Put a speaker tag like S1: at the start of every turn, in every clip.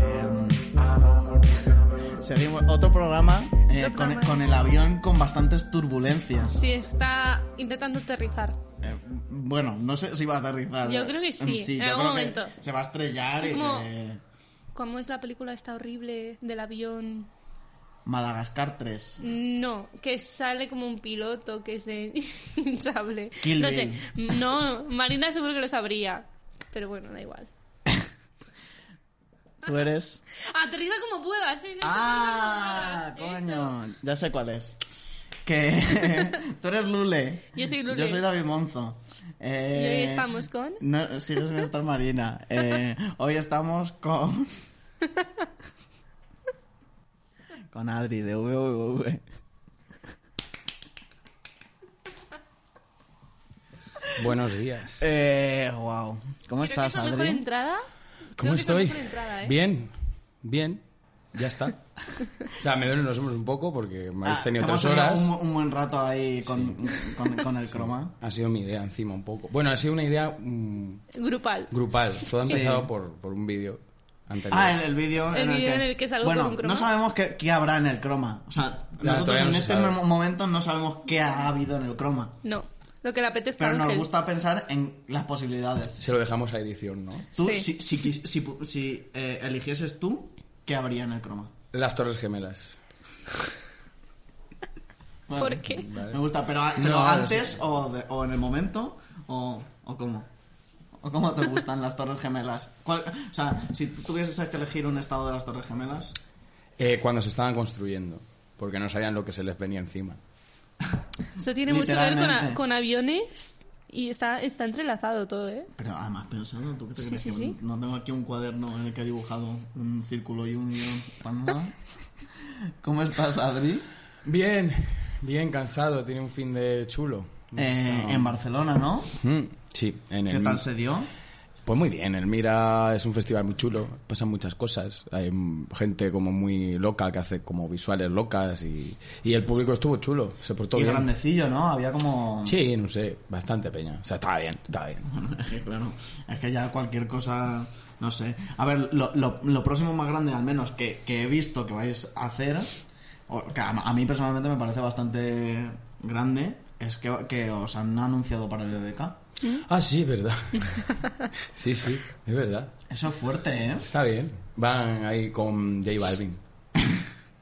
S1: em, Seguimos. Otro programa, eh, con,
S2: Otro programa.
S1: con el avión con bastantes turbulencias.
S2: Sí, está intentando aterrizar.
S1: Eh, bueno, no sé si va a aterrizar.
S2: Yo creo que
S1: en
S2: sí, en
S1: yo creo
S2: algún
S1: que
S2: momento.
S1: Se va a estrellar
S2: Sí,
S1: y
S2: como-
S1: que-
S2: ¿Cómo es la película esta horrible del avión?
S1: Madagascar 3.
S2: No, que sale como un piloto que es de hinchable.
S1: Kill
S2: no
S1: Bill.
S2: sé. No, Marina seguro que lo sabría. Pero bueno, da igual.
S1: Tú eres.
S2: Aterriza como puedas, ¿eh?
S1: ¡Ah!
S2: Eso.
S1: Coño, ya sé cuál es. Que tú eres Lule.
S2: Yo soy Lule.
S1: Yo soy David Monzo.
S2: Y
S1: Eh,
S2: hoy estamos con...
S1: No, sigues sin estar Marina. Eh, hoy estamos con. con Adri de VVV.
S3: Buenos días.
S1: Eh, wow. ¿Cómo
S2: Creo que
S1: estás,
S2: es la mejor
S1: Adri?
S2: entrada. Creo
S3: ¿Cómo
S2: que es la
S3: estoy?
S2: mejor entrada, ¿eh?
S3: Bien, bien. Ya está. O sea, me duelen los hombros un poco porque me habéis
S1: Ah,
S3: tenido
S1: te hemos
S3: tres
S1: tenido
S3: horas.
S1: Un, un buen rato ahí con, con- con el croma.
S3: Ha sido mi idea encima un poco. Bueno, ha sido una idea mm,
S2: Grupal.
S3: grupal. Todo ha
S1: Sí.
S3: empezado por, por un vídeo anterior.
S1: Ah, el, el vídeo
S2: El vídeo en el que salgo
S1: Bueno,
S2: con un croma.
S1: no sabemos qué, qué habrá en el croma. O sea,
S3: Ya,
S1: nosotros
S3: todavía
S1: en
S3: no se
S1: este
S3: sabe.
S1: mo- momento no sabemos qué ha habido en el croma.
S2: No, lo que le apetezca a
S1: Pero nos
S2: Ángel.
S1: gusta pensar en las posibilidades.
S3: Se lo dejamos a edición, ¿no?
S1: Tú,
S2: Sí.
S1: si, si quis- si pu- si, eh, eligieses tú, ¿qué habría en el croma?
S3: Las Torres Gemelas.
S1: Vale.
S2: ¿Por qué?
S1: Me gusta, pero, a- pero
S3: No, no
S1: antes
S3: sé.
S1: o, de- o en el momento o, o cómo. ¿O cómo te gustan las Torres Gemelas? ¿Cuál- o sea, si tú tuvieses que elegir un estado de las Torres Gemelas,
S3: Eh, cuando se estaban construyendo, porque no sabían lo que se les venía encima.
S2: Eso tiene mucho que ver con, a-
S1: Literalmente.
S2: con aviones y está, está entrelazado todo, ¿eh?
S1: Pero además pensando, ¿tú qué te
S2: Sí,
S1: crees
S2: sí,
S1: que
S2: sí.
S1: no tengo aquí un cuaderno en el que he dibujado un círculo y un guión para nada? ¿Cómo estás, Adri?
S3: Bien, bien cansado. Tiene un fin de chulo.
S1: Eh, en Barcelona, ¿no?
S3: Mm, Sí, en
S1: ¿Qué
S3: el
S1: tal se dio?
S3: Pues muy bien, el Mira es un festival muy chulo, pasan muchas cosas, hay mm, gente como muy loca que hace como visuales locas y, y el público estuvo chulo, se portó
S1: y
S3: bien.
S1: grandecillo, ¿no? Había como...
S3: Sí, no sé, bastante peña, o sea, estaba bien, estaba bien.
S1: Es que, claro, es que ya cualquier cosa, no sé. A ver, lo, lo- lo próximo más grande, al menos, que, que he visto que vais a hacer, o que a, a mí personalmente me parece bastante grande, es que, que os han anunciado para el BBK.
S3: Ah, sí, es verdad. Sí, sí, es verdad.
S1: Eso es fuerte, ¿eh?
S3: Está bien. Van ahí con J Balvin.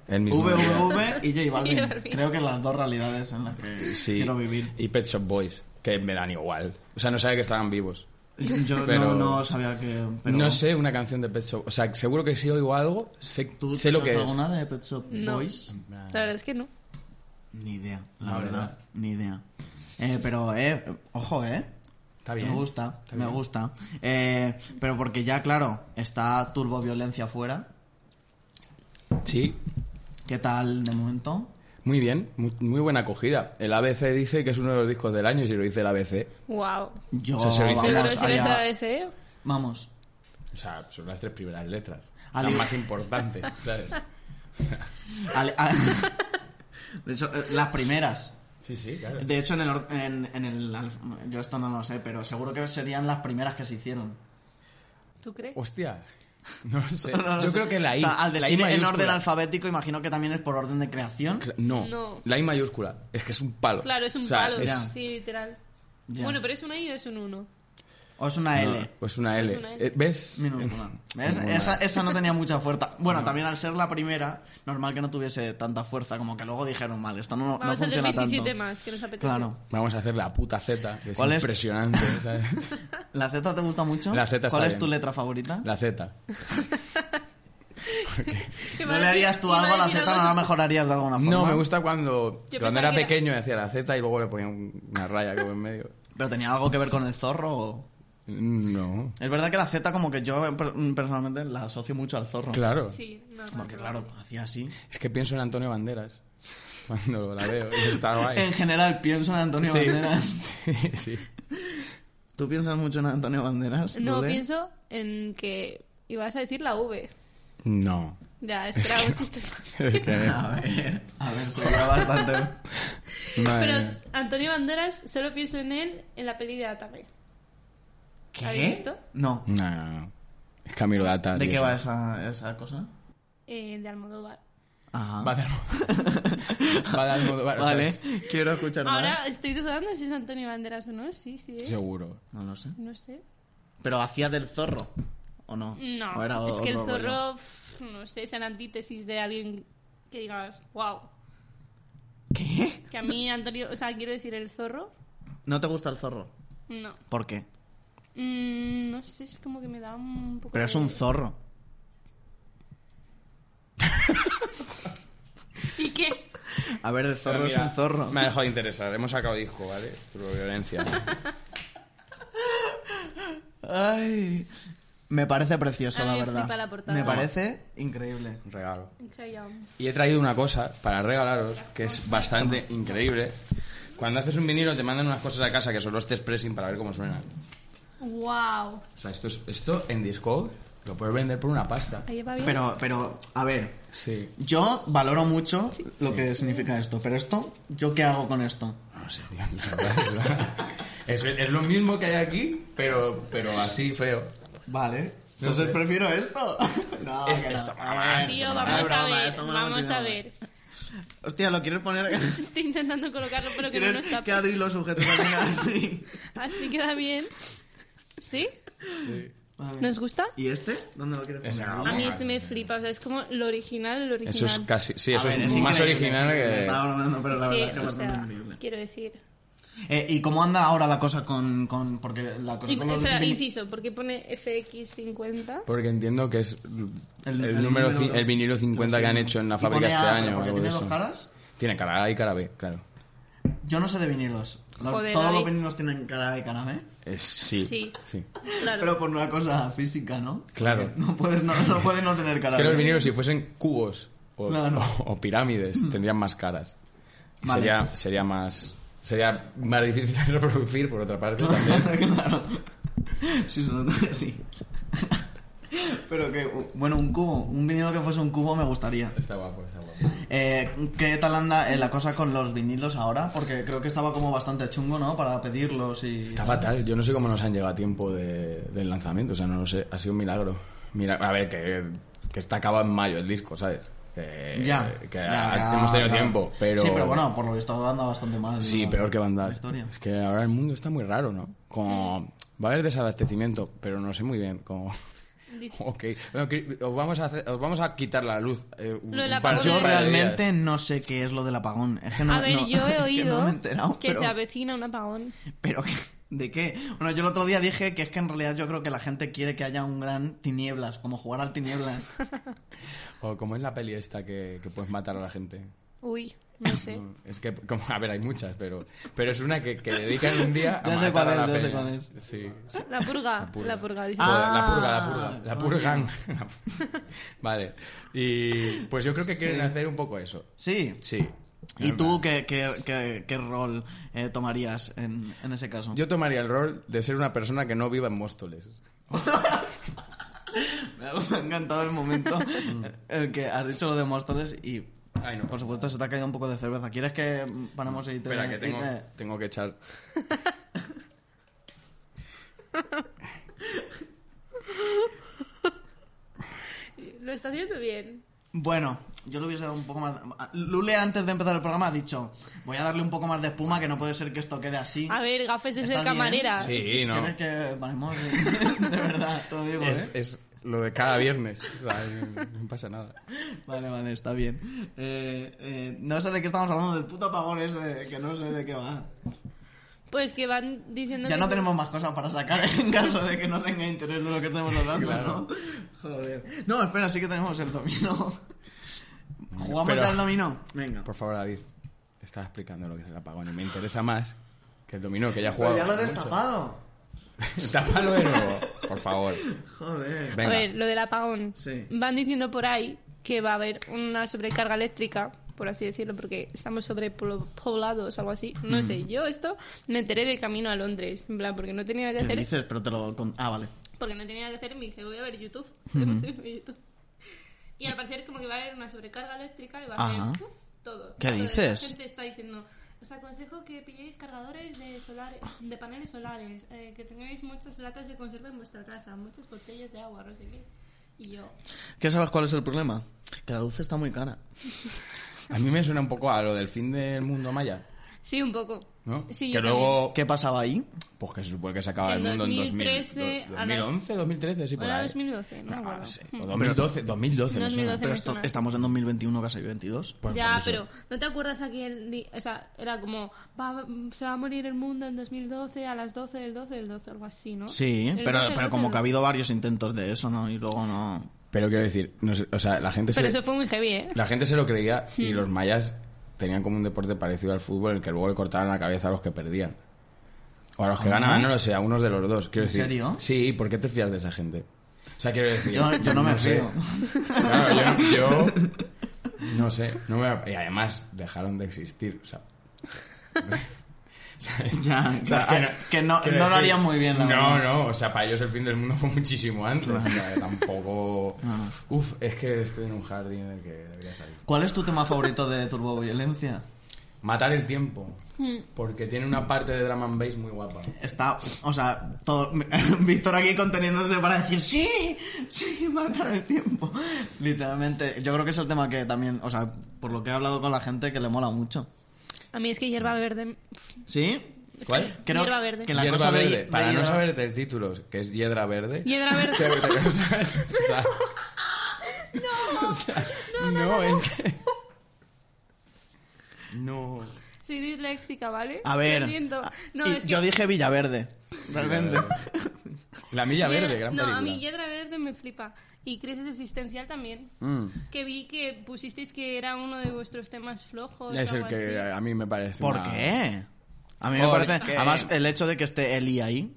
S3: El mismo día.
S1: VVV y J Balvin.
S2: J Balvin.
S1: Creo que las dos realidades en las que
S3: Sí.
S1: quiero vivir.
S3: Y Pet Shop Boys, que me dan igual. O sea, no sabía que estaban vivos.
S1: Yo
S3: Pero-
S1: no, no sabía que... pero-
S3: No sé una canción de Pet Shop. O sea, seguro que si oigo algo, sé,
S1: ¿Tú
S3: sé lo que
S1: sabes
S3: es.
S1: alguna de Pet Shop
S2: No.
S1: Boys?
S2: La verdad es que no.
S1: Ni idea, la,
S3: La
S1: verdad.
S3: verdad.
S1: Ni idea. Eh, pero, eh, ojo, eh.
S3: Está bien.
S1: Me gusta,
S3: Está
S1: me
S3: bien.
S1: gusta. Eh, pero porque ya, claro, está turboviolencia fuera.
S3: Sí,
S1: ¿Qué tal de momento?
S3: muy bien, muy, muy buena acogida. El ABC dice que es uno de los discos del año y si lo dice el ABC.
S2: Wow.
S1: Yo,
S3: O sea, se lo hice-
S2: Seguro que
S1: vamos,
S2: se lo
S1: haría-
S2: hizo la BCE.
S1: vamos.
S3: O sea, son las tres primeras letras.
S1: Ali-
S3: Las más importantes, ¿sabes?
S1: Al- a- de hecho, eh, las primeras.
S3: Sí, sí, claro.
S1: De hecho, en el, or- en, en el... alf- Yo esto no lo sé, pero seguro que serían las primeras que se hicieron.
S2: ¿Tú crees?
S3: Hostia, no lo sé.
S1: No lo
S3: Yo
S1: sé.
S3: creo que la I.
S1: O sea, al de la
S3: I
S1: I en
S3: mayúscula.
S1: orden alfabético, imagino que también es por orden de creación.
S3: Cla- No,
S2: No.
S3: la I mayúscula. Es que es un palo.
S2: Claro, es un
S3: O sea,
S2: palo.
S3: es-
S1: Ya.
S2: Sí, literal.
S1: Ya.
S2: Bueno, pero es una I o es un 1.
S1: O es una
S3: no,
S1: L.
S3: o es una L.
S2: Es una L.
S3: Eh, ¿Ves?
S1: Minúscula. ¿Ves?
S3: Muy
S1: Esa,
S3: mal.
S1: esa no tenía mucha fuerza. Bueno, también al ser la primera, normal que no tuviese tanta fuerza, como que luego dijeron mal, esto no, no
S2: Vamos a hacer
S1: funciona
S2: 27
S1: tanto.
S2: más, que nos apetece.
S1: Claro.
S3: Vamos a hacer la puta Z, que es
S1: ¿Cuál es?
S3: impresionante, ¿sabes?
S1: ¿La Z te gusta mucho?
S3: La Z está
S1: ¿Cuál es
S3: bien.
S1: tu letra favorita?
S3: La Z.
S2: Que
S1: ¿No
S2: va
S1: le
S2: a
S1: harías
S2: decir-
S1: tú
S2: iba
S1: algo a la
S2: decir
S1: Z?
S2: algo
S1: ¿No la
S2: así.
S1: mejorarías de alguna forma?
S3: No, me gusta cuando,
S2: Yo
S3: cuando
S2: pensaba
S3: era
S2: que era-
S3: pequeño hacía la Z y luego le ponía un- una raya como en medio.
S1: ¿Pero tenía algo que ver con el zorro? o-
S3: No.
S1: Es verdad que la Z como que yo per- mm, personalmente la asocio mucho al zorro.
S3: Claro.
S2: Sí, no, no,
S1: Porque
S2: no.
S1: claro, hacía así.
S3: Es que pienso en Antonio Banderas cuando la veo y está guay.
S1: En general pienso en Antonio
S3: Sí.
S1: Banderas.
S3: Sí, sí.
S1: ¿Tú piensas mucho en Antonio Banderas?
S2: No,
S1: Lule?
S2: pienso en que ibas a decir la V.
S3: No.
S2: Ya, es que era un chiste.
S1: Eh.
S3: Es que...
S1: A ver, a ver, sería bastante...
S3: madre
S2: Pero
S3: mía.
S2: Antonio Banderas, solo pienso en él en la peli de Atame.
S1: ¿Qué?
S2: ¿Habéis visto?
S1: No.
S3: No, no, no. Es Camilo Data.
S1: ¿De
S3: tío.
S1: qué va esa, esa cosa?
S2: Eh, de Almodóvar.
S1: Ajá.
S3: Va de Almodóvar. Va de Almodóvar, o sea,
S1: Vale,
S3: es-
S1: quiero escuchar más.
S2: Ahora estoy dudando si es Antonio Banderas o no. Sí, sí es.
S3: Seguro.
S1: No lo sé.
S2: No sé.
S1: Pero hacía del zorro, ¿o no?
S2: No,
S1: ¿O era
S2: es que el
S1: otro rollo?
S2: zorro, pf, no sé, es la antítesis de alguien que digas, wow.
S1: ¿Qué?
S2: Que a mí, Antonio, o sea, quiero decir el zorro,
S1: ¿No te gusta el zorro?
S2: no.
S1: ¿Por qué?
S2: Mm, no sé, es como que me da un poco.
S1: Pero es
S2: de-
S1: un zorro.
S2: ¿Y qué?
S1: A ver, el zorro
S3: Pero
S1: es
S3: mira,
S1: un zorro.
S3: Me ha dejado de interesar. Hemos sacado disco, ¿vale? Por violencia.
S1: Ay, me parece precioso,
S2: A mí
S1: la
S2: me
S1: verdad.
S2: flipa la portada.
S1: me parece increíble.
S3: Un regalo.
S2: Increíble.
S3: Y he traído una cosa para regalaros que es bastante increíble. Cuando haces un vinilo te mandan unas cosas a casa que son los test pressing para ver cómo suenan.
S2: Wow.
S3: O sea, esto, es, esto en Discord lo puedes vender por una pasta.
S2: Ahí va bien.
S1: Pero, pero, a ver,
S3: Sí.
S1: yo valoro mucho lo que significa esto, pero esto, ¿yo qué hago con esto?
S3: No sé, tío, no sé, es verdad. es, es lo mismo que hay aquí, pero, pero así feo.
S1: Vale, entonces
S3: sé.
S1: prefiero esto. no,
S3: Es-
S1: Ah, que no.
S3: esto, mamá, es-
S2: Tío,
S3: es
S2: vamos
S1: broma,
S2: a ver,
S1: esto me lo
S2: vamos
S1: imagino.
S2: a ver.
S1: Hostia, ¿lo quieres poner?
S2: Estoy intentando colocarlo, pero que no
S1: ¿Quieres
S2: nos
S1: que
S2: tape.
S1: Adri lo sujete también así?
S2: Así queda bien. ¿Sí?
S1: Vale.
S2: ¿Nos gusta?
S1: ¿Y este? ¿Dónde lo quieres poner?
S3: Ese no.
S2: A mí este me flipa, o sea, es como lo original, lo original.
S3: Eso es casi. Sí, eso
S1: A ver,
S3: es, más
S1: increíble,
S3: original
S1: es increíble.
S3: que.
S1: Estaba bromeando, pero la
S2: Sí,
S1: verdad es que
S2: o
S1: es bastante
S2: sea,
S1: increíble.
S2: quiero decir.
S1: Eh, ¿Y cómo anda ahora la cosa con...? con porque la cosa
S2: Y,
S1: con los
S2: espera,
S1: vin-
S2: inciso, ¿por qué pone FX50?
S3: Porque entiendo que es
S1: El-
S3: el,
S1: el
S3: número,
S1: número-
S3: ci- el vinilo 50 que han hecho en la
S1: ¿Y pone
S3: fábrica este
S1: A,
S3: año o
S1: porque
S3: algo de
S1: tiene dos
S3: eso.
S1: caras?
S3: Tiene cara A y cara B, claro.
S1: Yo no sé de vinilos. Los-
S2: Joder,
S1: Todos
S2: David.
S1: los vinilos tienen cara y cara, ¿eh?
S3: Es, sí.
S2: Sí.
S3: sí.
S2: Claro.
S1: Pero por una cosa física, ¿no?
S3: Claro.
S1: No puedes no, no, puedes no tener cara.
S3: Es que los
S1: B.
S3: vinilos, si fuesen cubos o,
S1: Claro. Mm.
S3: o- o pirámides, tendrían más caras. Y
S1: Vale.
S3: Sería, sería más. Sería más difícil de reproducir, por otra parte, también.
S1: claro. Sí, se nota que sí. Pero que, bueno, un cubo, un vinilo que fuese un cubo me gustaría.
S3: Está guapo, está guapo.
S1: Eh, ¿Qué tal anda eh, la cosa con los vinilos ahora? Porque creo que estaba como bastante chungo, ¿no? Para pedirlos y...
S3: Está fatal. Yo no sé cómo nos han llegado a tiempo de- del lanzamiento. O sea, no lo sé. Ha sido un milagro. Mira, a ver, que, que está acabado en mayo el disco, ¿sabes? Que-
S1: Ya.
S3: Que
S1: ya,
S3: ha-
S1: ya,
S3: hemos tenido
S1: ya.
S3: tiempo, pero...
S1: Sí, pero bueno, por lo visto anda bastante mal.
S3: Sí,
S1: la-
S3: peor que Vandal.
S1: la historia.
S3: Es que ahora el mundo está muy raro, ¿no? Como... Va a haber desabastecimiento, pero no sé muy bien cómo...
S2: Dice-
S3: Ok, Bueno, que- eh, os, vamos a hacer- os vamos a quitar la luz. eh, un-
S2: Lo del
S3: un par-
S2: apagón
S1: Yo
S3: un
S2: de-
S3: par de días.
S1: realmente no sé qué es lo del apagón. Es que no,
S2: a ver,
S1: no-
S2: yo he
S1: es que
S2: oído
S1: no
S2: que,
S1: me he enterado, pero,
S2: se avecina un apagón.
S1: pero que- ¿de qué? Bueno, yo el otro día dije que es que en realidad yo creo que la gente quiere que haya un gran tinieblas, como jugar al tinieblas.
S3: O como es la peli esta que, que puedes matar a la gente.
S2: Uy, no sé.
S3: No, Es que, como, a ver, hay muchas, pero, pero es una que, que dedican un día a
S1: Ya sé
S3: matar
S1: cuál
S3: a
S1: es,
S3: la
S1: ya sé
S3: peña.
S1: cuál es.
S3: Sí, sí.
S2: La purga, la purga. dice.
S1: Ah,
S3: Joder, la purga, la
S1: Ah,
S3: purga, la
S1: coño.
S3: purgan. vale. Y pues yo creo que quieren hacer un poco eso.
S1: Sí.
S3: Sí.
S1: ¿Y tú qué, qué- qué- qué rol eh, tomarías en, en ese caso?
S3: Yo tomaría el rol de ser una persona que no viva en Móstoles.
S1: Me ha encantado el momento el que has dicho lo de Móstoles y...
S3: Ay,
S1: Por supuesto, se te ha caído un poco de cerveza. ¿Quieres que mm, paremos y te... eh,
S3: Espera, que
S1: y
S3: tengo,
S1: te-
S3: tengo que echar.
S2: Lo está haciendo bien.
S1: Bueno, yo le hubiese dado un poco más... Ah, Lule, antes de empezar el programa, ha dicho voy a darle un poco más de espuma, que no puede ser que esto quede así.
S2: A ver, gafes de
S1: ¿Está
S2: ser
S1: bien?
S2: camarera.
S3: Sí, no.
S1: ¿Quieres que paremos? de verdad, te lo digo,
S3: Es,
S1: ¿eh?
S3: es lo de cada viernes. o sea, no, no pasa nada.
S1: Vale, vale, está bien. Eh, eh, no sé de qué estamos hablando, del puto apagón ese, que no sé de qué va.
S2: Pues que van diciendo
S1: ya
S2: que
S1: no tenemos más cosas para sacar en caso de que no tenga interés de lo que estamos hablando,
S3: Claro.
S1: ¿no? Joder. No, espera, sí que tenemos el dominó. ¿Jugamos
S3: Pero-
S1: al dominó? Venga.
S3: Por favor, David, estaba explicando lo que es el apagón y me interesa más que el dominó, que ya he
S1: Pero
S3: jugado.
S1: ya lo he
S3: mucho.
S1: destapado.
S3: Tápalo de nuevo, por favor.
S1: Joder.
S2: A
S3: Venga.
S2: ver, lo del apagón.
S1: Sí.
S2: Van diciendo por ahí que va a haber una sobrecarga eléctrica, por así decirlo, porque estamos sobrepoblados, algo así.
S1: Mm.
S2: No sé, yo esto me enteré de camino a Londres, en plan, porque no tenía nada que
S1: ¿Qué
S2: hacer.
S1: dices? Pero te lo... con- Ah, vale.
S2: Porque no tenía nada que hacer y me dije, voy a ver YouTube. Voy a ponerme en YouTube. Y al parecer como que va a haber una sobrecarga eléctrica y va a
S1: Ajá.
S2: haber ¡pum! todo.
S1: ¿Qué
S2: Todo.
S1: dices?
S2: La gente está diciendo, os aconsejo que pilléis cargadores de, solares, de paneles solares, eh, que tengáis muchas latas de conserva en vuestra casa, muchas botellas de agua, no sé qué. Y yo,
S1: ¿Qué sabes cuál es el problema? Que la luz está muy cara.
S3: A mí me suena un poco a lo del fin del mundo maya,
S2: sí, un poco.
S3: ¿no?
S2: Sí,
S3: que
S2: yo
S3: luego,
S1: ¿Qué pasaba ahí?
S3: pues que se supone que se acaba
S2: En
S3: el mundo
S2: 2013,
S3: en 2000, do-
S2: a las-
S3: 2011, 2013, sí, por
S2: Ahora
S3: ahí.
S2: 2012, no me acuerdo.
S3: Ah, sí,
S2: Hmm.
S3: o 2012, 2012, me suena.
S2: 2012.
S1: Pero
S2: me
S1: esto-
S2: suena.
S1: estamos en 2021, casi 22.
S3: Pues
S2: ya,
S3: por eso.
S2: pero ¿no te acuerdas aquel día? O sea, era como, va- se va a morir el mundo en 2012 a las 12 del 12 del 12, algo así, ¿no?
S1: Sí,
S2: El
S1: pero,
S2: 12,
S1: pero
S2: 12,
S1: como que ha
S2: el-
S1: habido varios intentos de eso, ¿no? Y luego no...
S3: Pero quiero decir, no sé, o sea, la gente
S2: Pero
S3: se...
S2: eso fue muy heavy, ¿eh?
S3: La gente se lo creía y los mayas tenían como un deporte parecido al fútbol en el que luego le cortaban la cabeza a los que perdían. O a los que
S1: ¿Cómo?
S3: ganaban, no lo sé, a unos de los dos. Quiero
S1: ¿En
S3: decir,
S1: serio?
S3: Sí, ¿por qué te fías de esa gente? O sea, quiero decir...
S1: Yo, yo no me
S3: sé.
S1: fío.
S3: Claro, yo, yo- No sé. No me- y además dejaron de existir. O sea... ¿sabes?
S1: Ya,
S3: O sea,
S1: ya, que no-
S3: quiero
S1: no lo
S3: decir,
S1: harían muy bien, la
S3: No,
S1: verdad.
S3: no, o sea, para ellos el fin del mundo fue muchísimo antes.
S1: Claro. Ah.
S3: o sea, tampoco.
S1: No, no.
S3: Uf, es que estoy en un jardín del que debería salir.
S1: ¿Cuál es tu tema favorito de Turboviolencia?
S3: Matar el tiempo.
S1: Mm.
S3: Porque tiene una parte de drum and bass muy guapa.
S1: Está, o sea, todo, Víctor aquí conteniéndose para decir sí, sí, matar el tiempo. Literalmente, yo creo que es el tema que también, o sea, por lo que he hablado con la gente, que le mola mucho.
S2: A mí es que hierba verde...
S1: ¿Sí?
S3: ¿Cuál?
S1: Creo
S2: Hierba verde.
S1: que la
S3: Hierba
S1: cosa de-
S3: verde.
S1: de
S3: Para no
S1: hierba-
S3: saber del títulos, que es hiedra verde.
S2: Hiedra verde.
S3: Te- te- o sea, es- o sea- o sea, no, es que.
S1: No.
S2: Soy disléxica, ¿vale?
S1: A
S2: Lo
S1: ver,
S2: siento. No,
S1: y
S2: es que...
S1: yo dije Villaverde, realmente.
S3: La milla
S2: Hiedra-
S3: verde, gran
S2: No,
S3: película.
S2: a mí Hiedra Verde me flipa. Y Crisis Existencial también.
S3: Mm.
S2: Que vi que pusisteis que era uno de vuestros temas flojos.
S3: Es
S2: o
S3: el
S2: algo
S3: que
S2: así.
S3: a mí me parece.
S1: ¿Por
S3: una-
S1: qué? A mí me
S3: ¿Por
S1: parece,
S3: qué?
S1: además, el hecho de que esté Eli ahí,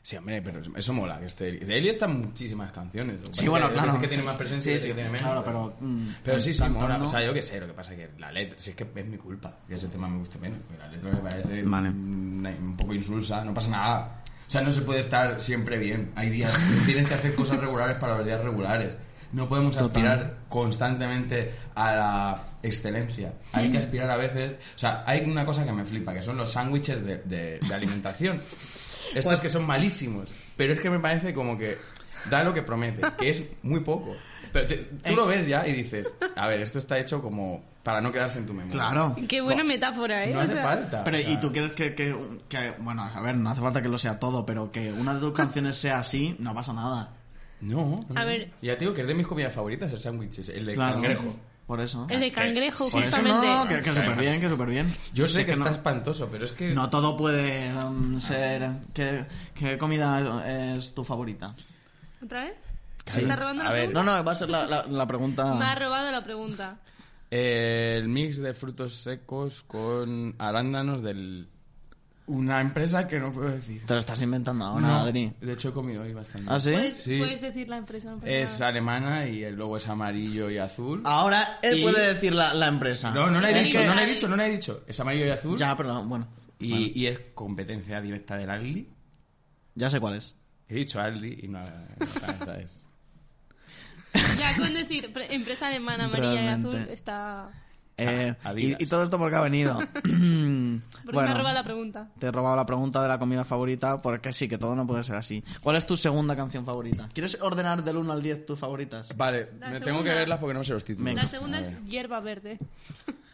S3: Sí, hombre, pero eso mola. Que esté... De él están muchísimas canciones. Lo que
S1: Sí,
S3: pasa
S1: bueno,
S3: que
S1: claro.
S3: parece que tiene más
S1: Sí,
S3: presencia y ese
S1: sí,
S3: que tiene menos.
S1: claro, pero, mm,
S3: pero sí, sí,
S1: cantando-
S3: mola. O sea, yo qué sé, lo que pasa es que la letra. Si es que es mi culpa que ese tema me guste menos. porque La letra me parece
S1: Vale.
S3: una- un poco insulsa, no pasa nada. O sea, no se puede estar siempre bien. Hay días que tienen que hacer cosas regulares para los días regulares. No podemos
S1: Total.
S3: aspirar constantemente a la excelencia. Hay que aspirar a veces. O sea, hay una cosa que me flipa, que son los sándwiches de, de- de alimentación. Estos
S1: Pues-
S3: que son malísimos. Pero es que me parece como que da lo que promete, que es muy poco. Pero te- tú
S1: Eh.
S3: lo ves ya y dices, a ver, esto está hecho como para no quedarse en tu memoria.
S1: claro.
S2: Qué buena metáfora, ¿eh?
S3: No
S2: O
S3: hace
S2: sea,
S3: falta.
S1: Pero,
S3: o sea,
S1: ¿y tú crees que, que, que- Bueno, a ver, no hace falta que lo sea todo, pero que una de tus canciones sea así, no pasa nada.
S3: No. no.
S2: A ver.
S3: Ya te digo que es de mis comidas favoritas el sándwich, ese, el de
S1: Claro.
S3: cangrejo.
S1: Por eso.
S2: El de
S3: Que-
S2: cangrejo,
S3: sí,
S1: Por eso no,
S2: Eh, justamente.
S1: no, que, que súper bien, que súper bien.
S3: Yo sé
S1: Es
S3: que, Ah. está
S1: no,
S3: espantoso, pero es que...
S1: no todo puede um, ser... ¿qué, qué comida es tu favorita?
S2: ¿Otra vez?
S3: Sí.
S2: ¿Me está robando
S3: A
S2: la
S3: ver,
S2: pregunta?
S1: No, no, va a ser la, la- la
S3: Ah.
S1: pregunta...
S2: Me ha robado la pregunta.
S3: Eh, el mix de frutos secos con arándanos del... Una empresa que no puedo decir.
S1: Te lo estás inventando ahora,
S3: No,
S1: Adri.
S3: De hecho, he comido hoy bastante.
S1: ¿Ah, sí?
S2: ¿Puedes,
S3: Sí.
S2: puedes decir la empresa. no pasa
S3: Es
S2: nada.
S3: alemana y el logo es amarillo y azul.
S1: Ahora él
S3: Y-
S1: puede decir la, la empresa.
S3: No, no la he
S2: Es
S3: dicho,
S2: que-
S3: no la he dicho, no la he dicho. Es amarillo y azul.
S1: Ya, pero bueno.
S3: Y, y es competencia directa del Aldi.
S1: Ya sé cuál es.
S3: He dicho Aldi y no... esta es.
S2: Ya con decir pre- empresa alemana amarilla y azul
S1: Realmente.
S2: está...
S1: Eh,
S3: Adidas.
S1: y, y todo esto porque ha venido.
S2: Porque me ha robado la pregunta.
S1: Te he robado la pregunta de la comida favorita porque sí, que todo no puede ser así. ¿Cuál es tu segunda canción favorita? ¿Quieres ordenar del 1 al 10 tus favoritas?
S3: Vale,
S2: La
S3: me tengo
S2: segunda.
S3: que verlas porque no sé los títulos.
S1: Venga.
S2: La segunda
S3: A ver.
S2: es hierba verde.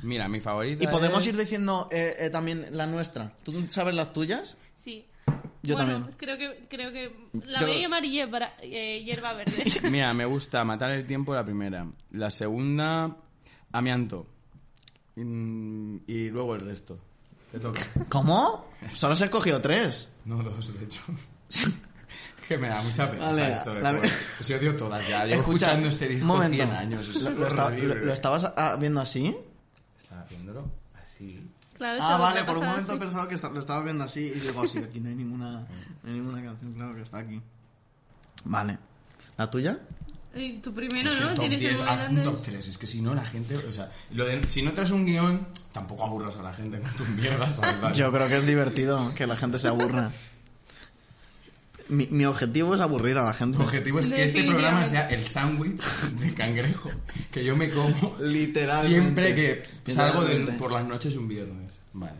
S3: Mira, mi favorita
S1: Y podemos
S3: es-
S1: ir diciendo eh, eh, también la nuestra. ¿Tú sabes las tuyas?
S2: Sí.
S1: Yo
S2: Bueno,
S1: también.
S2: Creo que, creo que la
S1: Yo-
S2: voy a llamar hierba, eh, hierba verde.
S3: Mira, me gusta Matar el Tiempo, la primera. La segunda, Amianto. Mm, Y luego el resto. Te toca.
S1: ¿Cómo? Solo has escogido tres.
S3: No, dos, de hecho. Es que me da mucha pena
S1: Vale,
S3: esto. de
S1: la-
S3: por- Pues yo odio todas ya. Llevo
S1: Escucha,
S3: escuchando este disco
S1: un momento.
S3: 100 años. es
S1: ¿Lo, lo esta-
S3: horrible.
S1: lo- lo estabas ah, viendo así?
S3: Estaba viéndolo así.
S2: Claro,
S1: Ah,
S2: eso
S1: vale,
S2: me
S1: por un
S2: pasa
S1: momento
S2: así.
S1: pensaba que esta- lo estaba viendo así y digo, "Oh, sí, aquí no hay ninguna, no hay ninguna canción, claro que está aquí. Vale. ¿La tuya?
S2: Y tú primero,
S3: es que
S2: ¿no?
S3: el top
S2: Tienes
S3: 10,
S2: el
S3: haz un top
S2: volante.
S3: 3. Es que si no, la gente. O sea, lo de- si no traes un guión, tampoco aburras a la gente con tus mierdas. ¿sabes? Vale.
S1: Yo creo que es divertido que la gente se aburra. Mi, mi objetivo es aburrir a la gente.
S3: Tu objetivo es que este
S2: Definitivamente.
S3: programa sea el sándwich de cangrejo que yo me como
S1: Literalmente.
S3: siempre que salgo del-
S1: Literalmente.
S3: por las noches un viernes. Vale.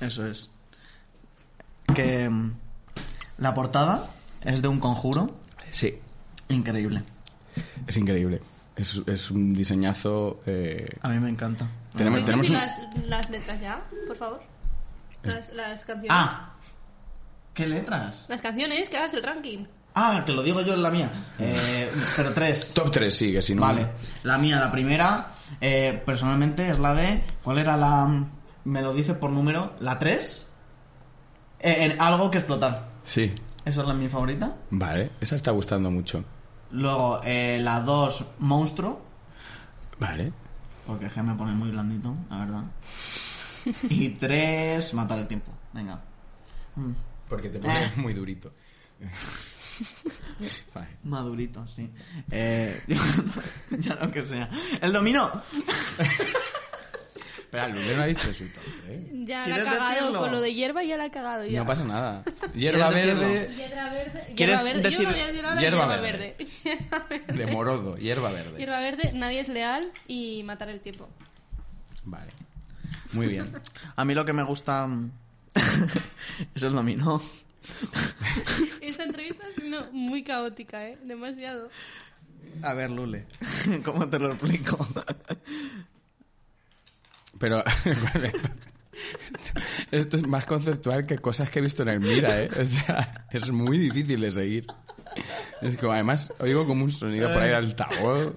S1: Eso es. Que mm, la portada es de un conjuro
S3: Sí.
S1: increíble.
S3: Es increíble. Es, es un diseñazo. eh,
S1: A mí me encanta.
S3: Tenemos-
S2: ¿Podéis
S3: tenemos
S2: decir
S3: un- Eh.
S2: las, las letras ya, por favor? Las, las canciones.
S1: Ah, ¿qué letras?
S2: Las canciones que hagas del ranking.
S1: Ah, que lo digo yo en la mía. Eh, pero tres.
S3: Top 3 sigue, si no.
S1: Vale, la mía, la primera, eh, personalmente es la de. ¿Cuál era la.? Me lo dices por número, la 3. en algo que explotar.
S3: Sí.
S1: Esa es la mi favorita.
S3: Vale, esa está gustando mucho.
S1: Luego, eh, la 2, monstruo.
S3: Vale.
S1: Porque es que me pone muy blandito, la verdad. Y 3, matar el tiempo. Venga. Mm,
S3: Porque te pones muy durito. vale.
S1: Madurito, sí. Eh, ya lo que sea. ¡El dominó!
S3: Espera, Lumen no ha dicho su top ¿eh?
S2: Ya la ha
S1: ¿Quieres
S2: cagado
S1: decirlo?
S2: con lo de hierba, ya la ha cagado. Ya.
S3: No pasa nada. Hierba
S1: ¿Quieres
S3: verde
S2: Hierba verde.
S1: ¿Quieres
S2: Hierba verde.
S1: decir-
S2: Yo no voy a decir ahora
S3: hierba
S2: hierba,
S3: verde?
S2: verde.
S3: de morodo, hierba verde.
S2: hierba verde, nadie es leal y matar el tiempo.
S3: Vale. Muy bien.
S1: A mí lo que me gusta mm, es el dominó.
S2: Esta entrevista ha sido muy caótica, ¿eh? Demasiado.
S1: A ver, Lule, ¿cómo te lo explico?
S3: Pero bueno, esto, esto es más conceptual que cosas que he visto en Elmira, ¿eh? O sea, es muy difícil de seguir. Es como, además, oigo como un sonido por ahí de altavoz.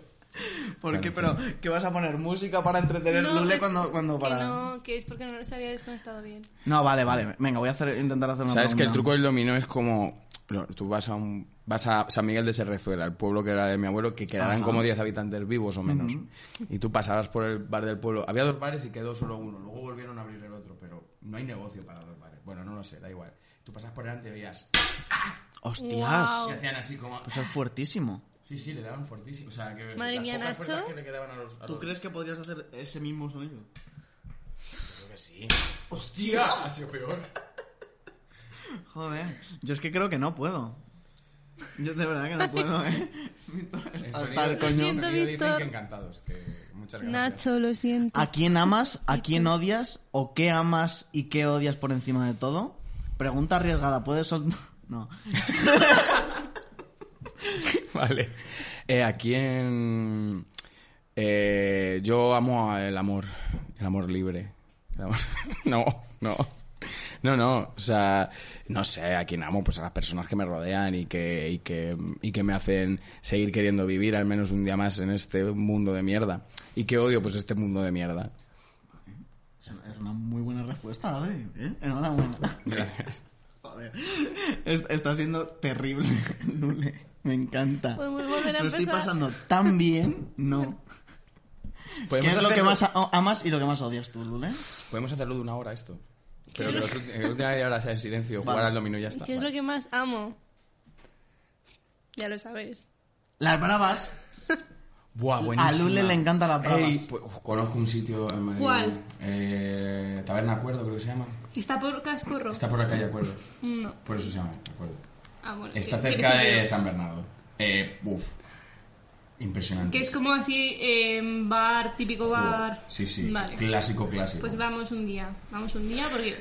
S1: ¿Por qué? Pero, ¿qué vas a poner? ¿Música para entretener
S2: No,
S1: Lule
S2: es
S1: cuando, cuando
S2: que
S1: para...? No.
S2: no, que es porque no se había desconectado bien.
S1: vale, vale. Venga, voy a hacer, intentar hacer una
S3: Sabes que el
S1: pregunta.
S3: truco del dominó es como... lo- Tú vas a, un- vas a San Miguel de Serrezuela, el pueblo que era de mi abuelo, que quedarán
S1: Ajá.
S3: como 10 habitantes vivos o menos. Y tú pasabas por el bar del pueblo. Había dos bares y quedó solo uno. Luego volvieron a abrir el otro, pero no hay negocio para dos bares. Bueno, no lo sé, da igual. Tú pasas por delante y veías...
S1: ¡Hostias!
S2: Guau.
S3: Y hacían así como...
S1: Eso es fuertísimo.
S3: Sí, sí, le daban fortísimo. O sea, que
S2: Madre
S3: las
S2: mía,
S3: pocas
S2: Nacho.
S3: ofertas que le quedaban a los- a los-
S1: que podrías hacer ese mismo sonido?
S3: Creo que sí. ¡Hostia! Ha sido peor.
S1: Joder. Yo es que creo que no puedo. Yo de verdad que no puedo, ¿eh? Hasta el
S2: Lo
S1: coño.
S2: siento,
S3: dicen
S2: Víctor.
S3: que encantados. Que muchas gracias.
S2: Nacho, lo siento.
S1: ¿A quién amas? ¿A quién odias? ¿O qué amas y qué odias por encima de todo? Pregunta arriesgada. ¿Puedes soltar...? No.
S3: Vale. Eh, ¿A quién...? Eh, yo amo el amor. El amor libre. El amor- No, no. No, no, o sea, no sé a quién amo, pues a las personas que me rodean y que, y que, y que me hacen seguir queriendo vivir al menos un día más en este mundo de mierda. Y que odio, pues este mundo de mierda.
S1: Es una muy buena respuesta, Adri. ¿eh? Enhorabuena.
S3: Gracias.
S1: Joder. Es- Está siendo terrible, Lule. Me encanta.
S2: Podemos volver a
S1: Lo estoy
S2: Pues empezar.
S1: pasando tan bien. No. ¿Qué es lo que más a- amas y lo que más odias tú, Lule?
S3: Podemos hacerlo de una hora esto. Pero
S2: Sí.
S3: que los ulti- que la última media hora sea en silencio, jugar
S1: Vale.
S3: al dominó y ya está.
S2: ¿Qué es
S3: Vale.
S2: lo que más amo? Ya lo sabéis.
S1: Las bravas.
S3: Buah, buenísima.
S1: A Lule le encantan las bravas.
S3: Ey, pues, uf, conozco un sitio en Madrid.
S2: ¿Cuál?
S3: Eh, Taberna Acuerdo, creo que se llama.
S2: ¿Está por Cascorro?
S3: Está por la calle Acuerdo.
S2: No.
S3: Por eso se llama Acuerdo.
S2: Ah, bueno.
S3: Está
S2: ¿qué- qué
S3: cerca
S2: sitio?
S3: de San Bernardo. Eh, uf. Impresionante.
S2: Que es como así, eh, bar, típico bar.
S3: Sí, sí.
S2: Vale.
S3: Clásico, clásico.
S2: Pues vamos un día. Vamos un día porque.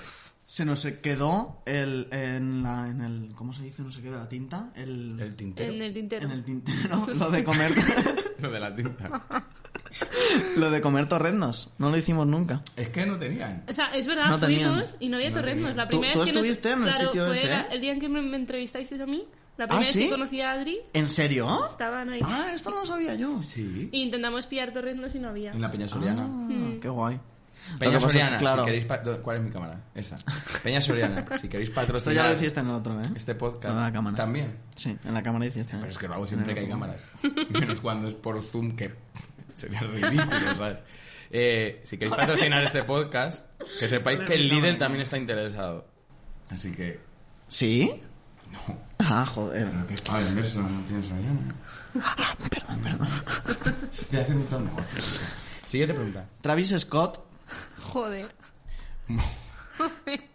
S1: Se nos quedó el, en, la, en el... ¿Cómo se dice? No se quedó la tinta. El,
S3: El tintero.
S2: En el tintero.
S1: en el tintero. lo de comer...
S3: Lo de la tinta.
S1: lo de comer torrendos. No lo hicimos nunca.
S3: es que no tenían.
S2: O sea, es verdad,
S1: No tenían.
S2: fuimos y no había
S3: No
S2: torreznos.
S3: tenían.
S2: La
S1: ¿Tú-
S2: primera
S1: tú
S2: vez que nos-
S1: estuviste en el
S2: claro,
S1: sitio
S2: fue
S1: ese? ¿eh? Ah,
S2: la- el día en que me, me entrevistasteis a mí, la primera
S1: sí?
S2: vez que conocí a Adri,
S1: ¿En serio?
S2: estaban ahí.
S1: Ah, esto no lo sabía yo.
S3: Sí.
S2: Y intentamos pillar torreznos y no había.
S3: En la Peña
S1: Ah,
S3: Soriana.
S1: Qué guay. Lo que
S3: Peña
S1: pasa es que,
S3: Soriana,
S1: claro.
S3: si queréis... pa- do- ¿Cuál es mi cámara? Esa. Peña Soriana, si queréis
S1: Esto
S3: patrocinar
S1: ya lo hiciste en el otro, ¿eh?
S3: este podcast
S1: En la cámara.
S3: también.
S1: Sí, en la cámara hiciste.
S3: Pero es que lo hago siempre que hay cámaras. Menos cuando es por Zoom, que sería ridículo, ¿sabes? Eh, si queréis patrocinar este podcast, que sepáis que el líder también está interesado. Así que...
S1: ¿Sí?
S3: No.
S1: Ah, joder.
S3: Pero que es para venderse no Peña Soriana.
S1: Perdón, perdón.
S3: Estoy haciendo todo el negocio. Siguiente pregunta.
S1: Travis Scott.
S2: Joder.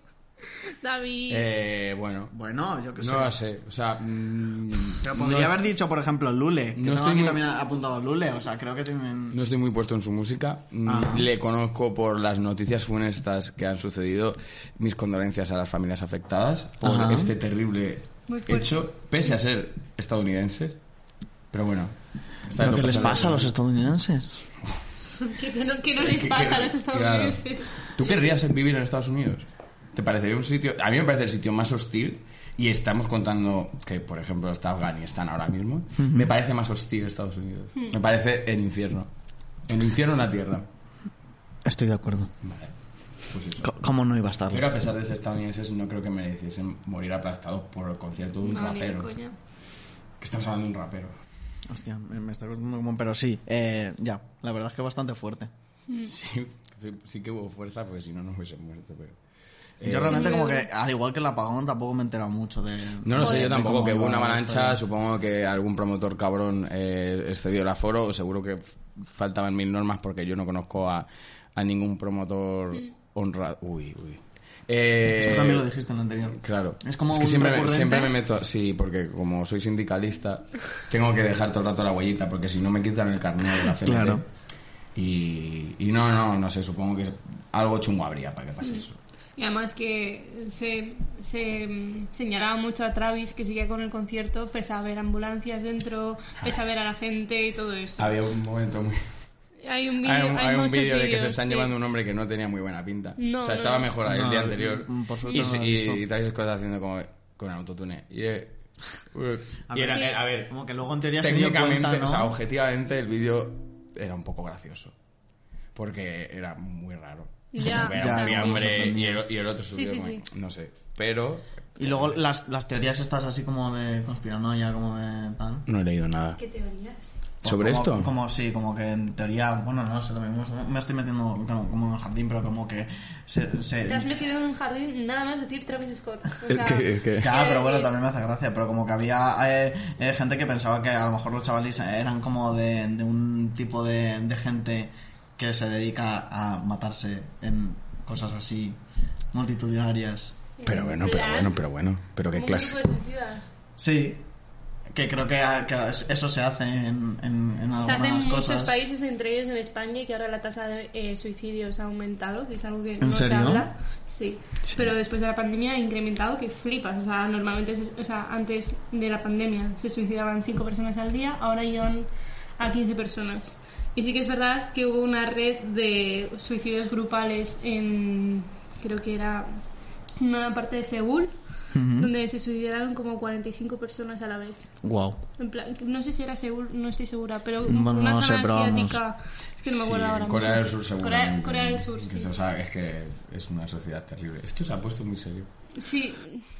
S2: David.
S3: Eh, bueno...
S1: Bueno, yo qué sé.
S3: No lo sé, o sea... mm,
S1: Pero
S3: no-
S1: podría haber dicho, por ejemplo, Lule. Que
S3: No
S1: no
S3: estoy
S1: estoy aquí
S3: muy-
S1: también ha apuntado Lule. O sea, creo que también...
S3: No estoy muy puesto en su música. Mm,
S1: Ah.
S3: Le conozco por las noticias funestas que han sucedido. Mis condolencias a las familias afectadas por
S1: Ajá.
S3: este terrible
S2: Muy fuerte.
S3: hecho, pese a ser estadounidenses. Pero bueno, Esta
S1: ¿Pero
S3: no
S1: qué les
S3: nada.
S1: pasa a los estadounidenses?
S2: Que no, que no les
S3: eh, Que-
S2: pasa a
S3: que-
S2: los estadounidenses.
S3: claro. ¿Tú querrías vivir en Estados Unidos? ¿Te parecería un sitio? A mí me parece el sitio más hostil. Y estamos contando que, por ejemplo, está Afganistán ahora mismo. Me parece más hostil Estados Unidos.
S2: Hmm.
S3: Me parece el infierno. El infierno en la tierra.
S1: Estoy de acuerdo.
S3: Pues eso.
S1: C- ¿Cómo no iba a
S3: Pero
S1: estarlo?
S3: a pesar de ser estadounidenses, no creo que mereciesen morir aplastados por el concierto de un
S2: No, ni de
S3: rapero.
S2: coña.
S3: Que estamos hablando de un rapero.
S1: Hostia, me me está costando como... Pero sí, eh, ya. La verdad es que bastante fuerte.
S2: Mm.
S3: Sí, sí- sí que hubo fuerza, porque si no, no hubiesen muerto. Pero... Eh,
S1: Yo realmente como que, al igual que el apagón, tampoco me he enterado mucho de...
S3: No lo sé,
S1: de
S3: yo tampoco,
S1: cómo
S3: que hubo
S1: iba
S3: una
S1: la
S3: avalancha,
S1: historia.
S3: supongo que algún promotor cabrón eh, excedió el aforo, o seguro que f- faltaban mil normas porque yo no conozco a, a ningún promotor
S2: Mm.
S3: honrado. Uy, uy. Eh,
S1: Esto también lo dijiste en la anterior.
S3: Claro.
S1: Es como
S3: que
S1: un
S3: siempre, me-
S1: recurrente.
S3: siempre me meto. Sí, porque como soy sindicalista, tengo que dejar todo el rato la huellita, porque si no me quitan el carnet de la CNT.
S1: Claro.
S3: Y, y no, no, no sé, supongo que algo chungo habría para que pase eso.
S2: Y además que se, se mm, señalaba mucho a Travis que seguía con el concierto, pese a ver ambulancias dentro, pese a ver a la gente y todo eso.
S3: Había un momento muy.
S2: Hay un vídeo,
S3: Ah, Hay un, hay un
S2: muchos
S3: vídeo de que se
S2: vídeos,
S3: están
S2: sí.
S3: llevando un hombre que no tenía muy buena pinta.
S2: No,
S3: o sea,
S2: no,
S3: estaba
S2: no.
S3: mejor el
S1: No,
S3: día
S1: no,
S3: anterior.
S1: mm, por suerte
S3: y,
S1: no
S3: se-
S1: lo he
S3: y,
S1: visto.
S3: y Travis Scott haciendo como con autotune. Y, eh, eh,
S1: A
S3: y
S1: ver,
S3: era-
S2: sí.
S3: eh, a ver,
S1: Como que luego en teoría se dio
S3: técnicamente,
S1: cuenta, ¿no?
S3: o sea, objetivamente el vídeo era un poco gracioso. Porque era muy raro.
S2: Ya,
S3: Como ver a
S1: ya,
S3: un
S1: sí, sí,
S3: hombre
S1: sí.
S3: y el, y el otro subió
S2: sí,
S3: como,
S2: sí.
S3: no sé. Pero
S1: Y luego las, las teorías estas así como de conspiranoia, como de tal.
S3: no he leído nada.
S2: ¿Qué teorías?
S1: Pues
S3: ¿Sobre
S1: como-
S3: esto?
S1: Como sí, como que en teoría, bueno, no sé, también me- me estoy metiendo como, como en el jardín, pero como que se... se-
S2: Te has metido en un jardín nada más decir Travis Scott. O
S3: Es
S2: sea, eh,
S3: que- es que-
S1: Ya, pero bueno, también me hace gracia, pero como que había eh, eh, gente que pensaba que a lo mejor los chavales eran como de, de un tipo de, de gente que se dedica a matarse en cosas así multitudinarias.
S3: Pero bueno, pero
S2: Plan,
S3: bueno, pero bueno. Pero qué
S2: como un
S3: clase.
S2: grupo de suicidas.
S1: Sí, que creo que, que eso se hace en, en, en
S2: Se hace en
S1: Ah, algunas
S2: muchos
S1: cosas.
S2: países, entre ellos en España, y que ahora la tasa de eh, suicidios ha aumentado, que es algo que
S1: ¿En
S2: no se
S1: serio?
S2: habla. Sí. Pero después de la pandemia ha incrementado que flipas. O sea, normalmente, se- o sea, antes de la pandemia se suicidaban 5 personas al día, ahora llegan a 15 personas. Y sí que es verdad que hubo una red de suicidios grupales en, creo que era una parte de Seúl,
S1: ¿Mm?
S2: donde se suicidaron como 45 personas a la vez.
S1: Wow.
S2: En plan, no sé si era Seúl, no estoy segura, pero
S1: Bueno,
S2: una
S1: no sé,
S2: zona
S1: pero vamos.
S2: asiática. Es que no me acuerdo
S3: Sí,
S2: ahora.
S3: Corea del
S2: mismo.
S3: Sur seguro.
S2: Corea, Corea del Sur, sí.
S3: O sea, es que es una sociedad terrible. Esto se ha puesto muy serio.
S2: Sí.